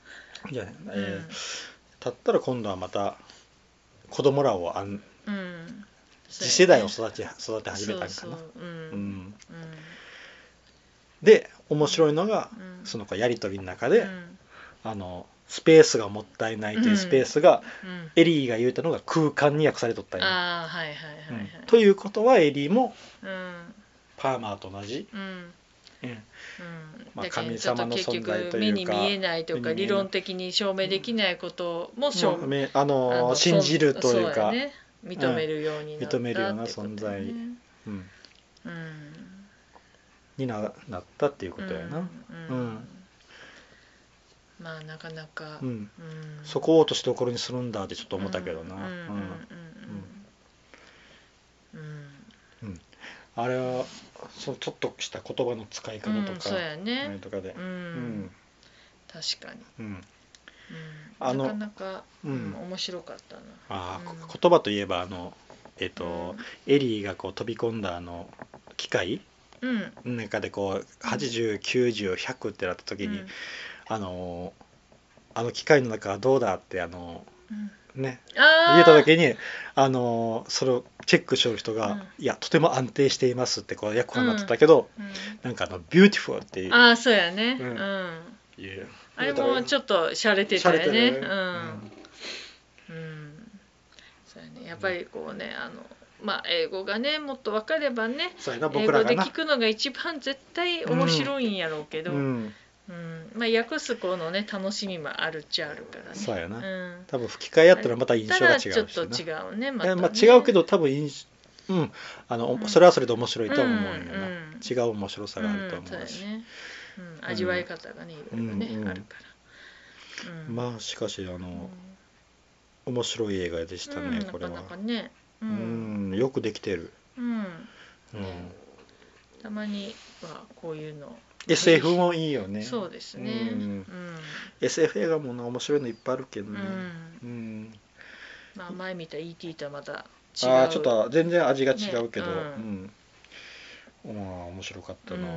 Speaker 1: いやえ
Speaker 2: う
Speaker 1: ー経ったら今度はまた子供らをあん
Speaker 2: んうん
Speaker 1: 次世代を育て育て始めたんかな。
Speaker 2: そうそううん
Speaker 1: う
Speaker 2: うん
Speaker 1: ん、で面白いのが
Speaker 2: うん
Speaker 1: その子やり取りの中で、
Speaker 2: うん
Speaker 1: あのスペースがもったいないというスペースが、
Speaker 2: うん
Speaker 1: エリーが言うたのが空間に訳されとったんや、
Speaker 2: ああはいはいはいはい
Speaker 1: うんということはエリーも
Speaker 2: うん
Speaker 1: パーマーと同じ、
Speaker 2: うん
Speaker 1: うん
Speaker 2: うん
Speaker 1: まあ
Speaker 2: だけど
Speaker 1: 神様の存在というか
Speaker 2: ちょっ結局目に見えないと
Speaker 1: 目
Speaker 2: か
Speaker 1: に見えない
Speaker 2: 理論的に証明できないことも証明
Speaker 1: めあの
Speaker 2: あの
Speaker 1: 信じるという
Speaker 2: そうや
Speaker 1: か
Speaker 2: ね認めるようになった
Speaker 1: 認めるような存在
Speaker 2: ってことね
Speaker 1: うん
Speaker 2: うん
Speaker 1: にななったっていうことやな、
Speaker 2: うん
Speaker 1: うん
Speaker 2: まあなかなか、
Speaker 1: うん
Speaker 2: うん
Speaker 1: そこを落としどころにするんだってちょっと思ったけどな、
Speaker 2: うんうんうんうん
Speaker 1: あれはそのちょっとした言葉の使い方
Speaker 2: うん
Speaker 1: と
Speaker 2: うん
Speaker 1: か、
Speaker 2: そうや
Speaker 1: あれ
Speaker 2: ね
Speaker 1: とかで
Speaker 2: うん、
Speaker 1: うん
Speaker 2: 確かに、
Speaker 1: うん
Speaker 2: うん
Speaker 1: あの
Speaker 2: なかなか、
Speaker 1: うん
Speaker 2: 面白かったな
Speaker 1: ああ、
Speaker 2: うん
Speaker 1: こ言葉といえばあのえっ、と、エリーがこう飛び込んだあの機械
Speaker 2: うん、うん
Speaker 1: の中でこう8090100ってなった時に、
Speaker 2: うん
Speaker 1: あのーあの機械の中はどうだってあの
Speaker 2: うん
Speaker 1: ーね
Speaker 2: あー
Speaker 1: 言えた時にあのーそれをチェックしよる人が「
Speaker 2: うん
Speaker 1: いやとても安定しています」ってこう訳になってたけど、
Speaker 2: う
Speaker 1: なんかあの「ビューティフル」ってい
Speaker 2: ん
Speaker 1: う。
Speaker 2: ああそうやね
Speaker 1: う
Speaker 2: うんん、
Speaker 1: いう
Speaker 2: あれもちょっと洒落てたよねうんうんそうやねやっぱりこうねあのまあ英語がねもっと分かればね
Speaker 1: そうやな
Speaker 2: 英
Speaker 1: 僕らが
Speaker 2: 語で
Speaker 1: な
Speaker 2: 聞くのが一番絶対面白いんやろうけど、
Speaker 1: う
Speaker 2: うん
Speaker 1: ん
Speaker 2: まあ訳す子のね楽しみもあるっちゃあるからね
Speaker 1: そうやな
Speaker 2: うん、
Speaker 1: 多分吹き替えやったらまた印象が違うしな
Speaker 2: ただちょっと違うねま
Speaker 1: え
Speaker 2: たね
Speaker 1: まあ、違うけど多分印象うんあの、
Speaker 2: うん
Speaker 1: それはそれで面白いとは思うんやな、
Speaker 2: うんうん
Speaker 1: 違う面白さがあると思うし、
Speaker 2: んそうやねうん、味わい方がねいろいろね、
Speaker 1: うんうん
Speaker 2: あるから、うん、
Speaker 1: まあしかしあ
Speaker 2: あ
Speaker 1: の、面白い映画でしたね、
Speaker 2: うん、
Speaker 1: これは
Speaker 2: なかなかねう、
Speaker 1: うんん、よくできてる、
Speaker 2: うん
Speaker 1: うん
Speaker 2: ねたまにはこういうの、
Speaker 1: SF もいいよね
Speaker 2: そうですね
Speaker 1: う
Speaker 2: うんん、
Speaker 1: SF 映画もな面白いのいっぱいあるけど
Speaker 2: うん
Speaker 1: ね、うん
Speaker 2: まあ前見た ET とはまた違う
Speaker 1: ああちょっと全然味が違うけど、
Speaker 2: ね
Speaker 1: うん、うん面白かった
Speaker 2: うん
Speaker 1: な、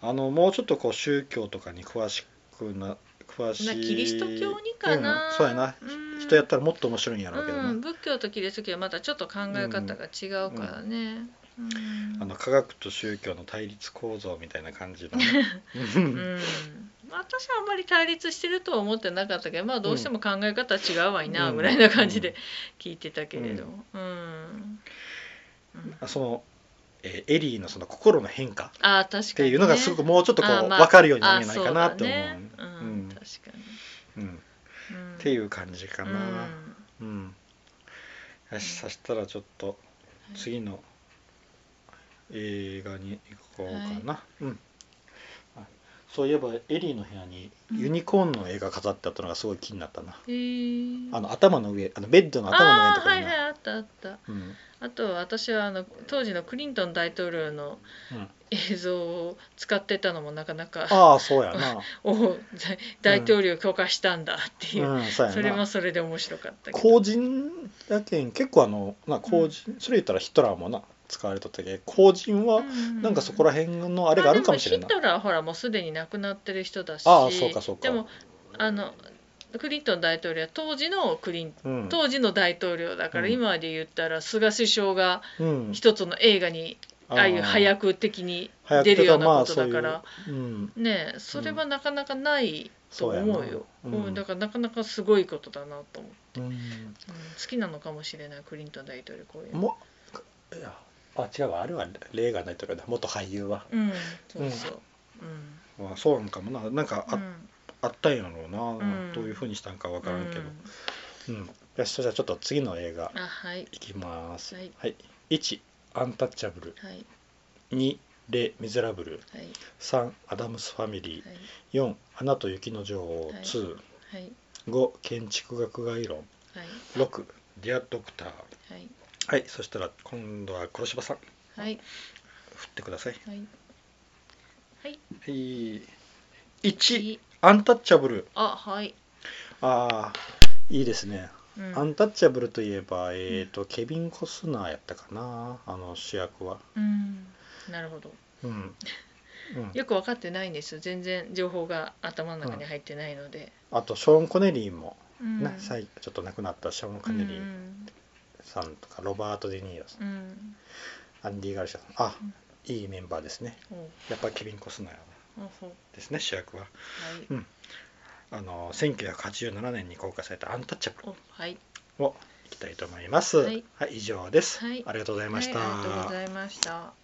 Speaker 1: あのもうちょっとこう宗教とかに詳しくな詳しい
Speaker 2: まあキリスト教にかな、
Speaker 1: うんそうやな、
Speaker 2: うん
Speaker 1: 人やったらもっと面白いんやろうけどな、
Speaker 2: うん、仏教とキリスト教はまたちょっと考え方が違うからね、うん
Speaker 1: あの科学と宗教の対立構造みたいな感 じのね、
Speaker 2: うん私はあんまり対立してるとは思ってなかったけど、まあ、どうしても考え方違うわいな
Speaker 1: うん
Speaker 2: ぐらいな感じで聞いてたけれど、うんうん
Speaker 1: その、えーエリーのその心の変化っ
Speaker 2: ああ確かに、ね、って
Speaker 1: いうのがすごくもうちょっとこ
Speaker 2: あ
Speaker 1: う
Speaker 2: ーまあ
Speaker 1: 分かるようになるんじゃないかなって思う,、
Speaker 2: あそうだねうん
Speaker 1: うん
Speaker 2: 確か
Speaker 1: うんっ
Speaker 2: に、うん、
Speaker 1: ていうう感じかな、
Speaker 2: ん
Speaker 1: うん。よし、そしたらちょっと次の映画に行こうかな。うん。あそういえばエリーの部屋にユニコーンの絵が飾ってあったのがすごい気になったな。
Speaker 2: へー
Speaker 1: あの頭の上、あのベッドの頭の上のと
Speaker 2: あー
Speaker 1: ころ
Speaker 2: は
Speaker 1: に
Speaker 2: い
Speaker 1: な
Speaker 2: はいあったあった
Speaker 1: うん。
Speaker 2: あと私はあの当時のクリントン大統領の
Speaker 1: うん
Speaker 2: 映像を使ってたのもなかなか
Speaker 1: ああ、そうやな。
Speaker 2: おお大大統領許可したんだって いう、
Speaker 1: うん、そう
Speaker 2: それ
Speaker 1: や
Speaker 2: も
Speaker 1: な。
Speaker 2: それで面白かったけど
Speaker 1: 後人やけん、結構あの、な、後人、それ言ったらヒトラーもな、使われとったけど、後人は、なんかそこら辺のあれがあるかもしれん
Speaker 2: ま
Speaker 1: な
Speaker 2: あでもヒトラーはほらもうすでに亡くなってる人だし
Speaker 1: ああそうかそうか
Speaker 2: でもあのクリントン大統領は当時のクリン
Speaker 1: い。うん。
Speaker 2: 当時の大統領だから、
Speaker 1: うん
Speaker 2: 今で言ったら菅首相が
Speaker 1: うん。
Speaker 2: 一つの映画に、ああいう配役的に
Speaker 1: 早
Speaker 2: 出るようなことだから、
Speaker 1: うん、
Speaker 2: ねえそれはなかなかないと
Speaker 1: そうや
Speaker 2: 思うよ、
Speaker 1: な
Speaker 2: うんだからなかなかすごいことだなと思う、
Speaker 1: うん
Speaker 2: うん、好きなのかもしれないクリントン大統領こういうの
Speaker 1: もいやあ違うわあれは例がないとかだ元俳優は、
Speaker 2: うんそうそううん
Speaker 1: まあ、そうなんかもななんかあ,、
Speaker 2: うん
Speaker 1: あったんやろうな、
Speaker 2: ん
Speaker 1: どういうふうにしたんかわからんけど
Speaker 2: う、
Speaker 1: うんよしそれじゃあちょっと次の映画
Speaker 2: あはい
Speaker 1: いきます
Speaker 2: はい
Speaker 1: はい、1アンタッチャブル
Speaker 2: はい
Speaker 1: 2レ・ミゼラブル
Speaker 2: はい
Speaker 1: 3アダムス・ファミリ
Speaker 2: はい
Speaker 1: ー4アナと雪の女王
Speaker 2: はい
Speaker 1: 2
Speaker 2: はい
Speaker 1: 5建築学概論
Speaker 2: はい
Speaker 1: 6ディア・ドクター
Speaker 2: はい
Speaker 1: はいそしたら今度は黒柴さん
Speaker 2: はい
Speaker 1: 振ってください
Speaker 2: はいはい
Speaker 1: はい1アンタッチャブル
Speaker 2: あはい
Speaker 1: ああいいですね、
Speaker 2: うん
Speaker 1: アンタッチャブルといえば、えー、とケビン・コスナーやったかなあの主役は
Speaker 2: うんなるほど
Speaker 1: うん、うん、
Speaker 2: よく分かってないんですよ全然情報が頭の中に入ってないので、
Speaker 1: あとショーン・コネリーも、
Speaker 2: うん、
Speaker 1: ね最ちょっと亡くなったショーン・コネリーさんとか、ロバート・デ・ニーロさん
Speaker 2: うんうん
Speaker 1: アンディ・ガルシアさんあ
Speaker 2: うん
Speaker 1: いいメンバーですね
Speaker 2: うんおう
Speaker 1: やっぱりケビン・コスナー
Speaker 2: おうおう
Speaker 1: ですね主役は
Speaker 2: はい
Speaker 1: あの1987年に公開された「アンタッチャブル
Speaker 2: おはい」
Speaker 1: をいきたいと思います、
Speaker 2: はい
Speaker 1: はい、以上です、
Speaker 2: はい
Speaker 1: ありがとうございました、
Speaker 2: はい、ありがとうございました。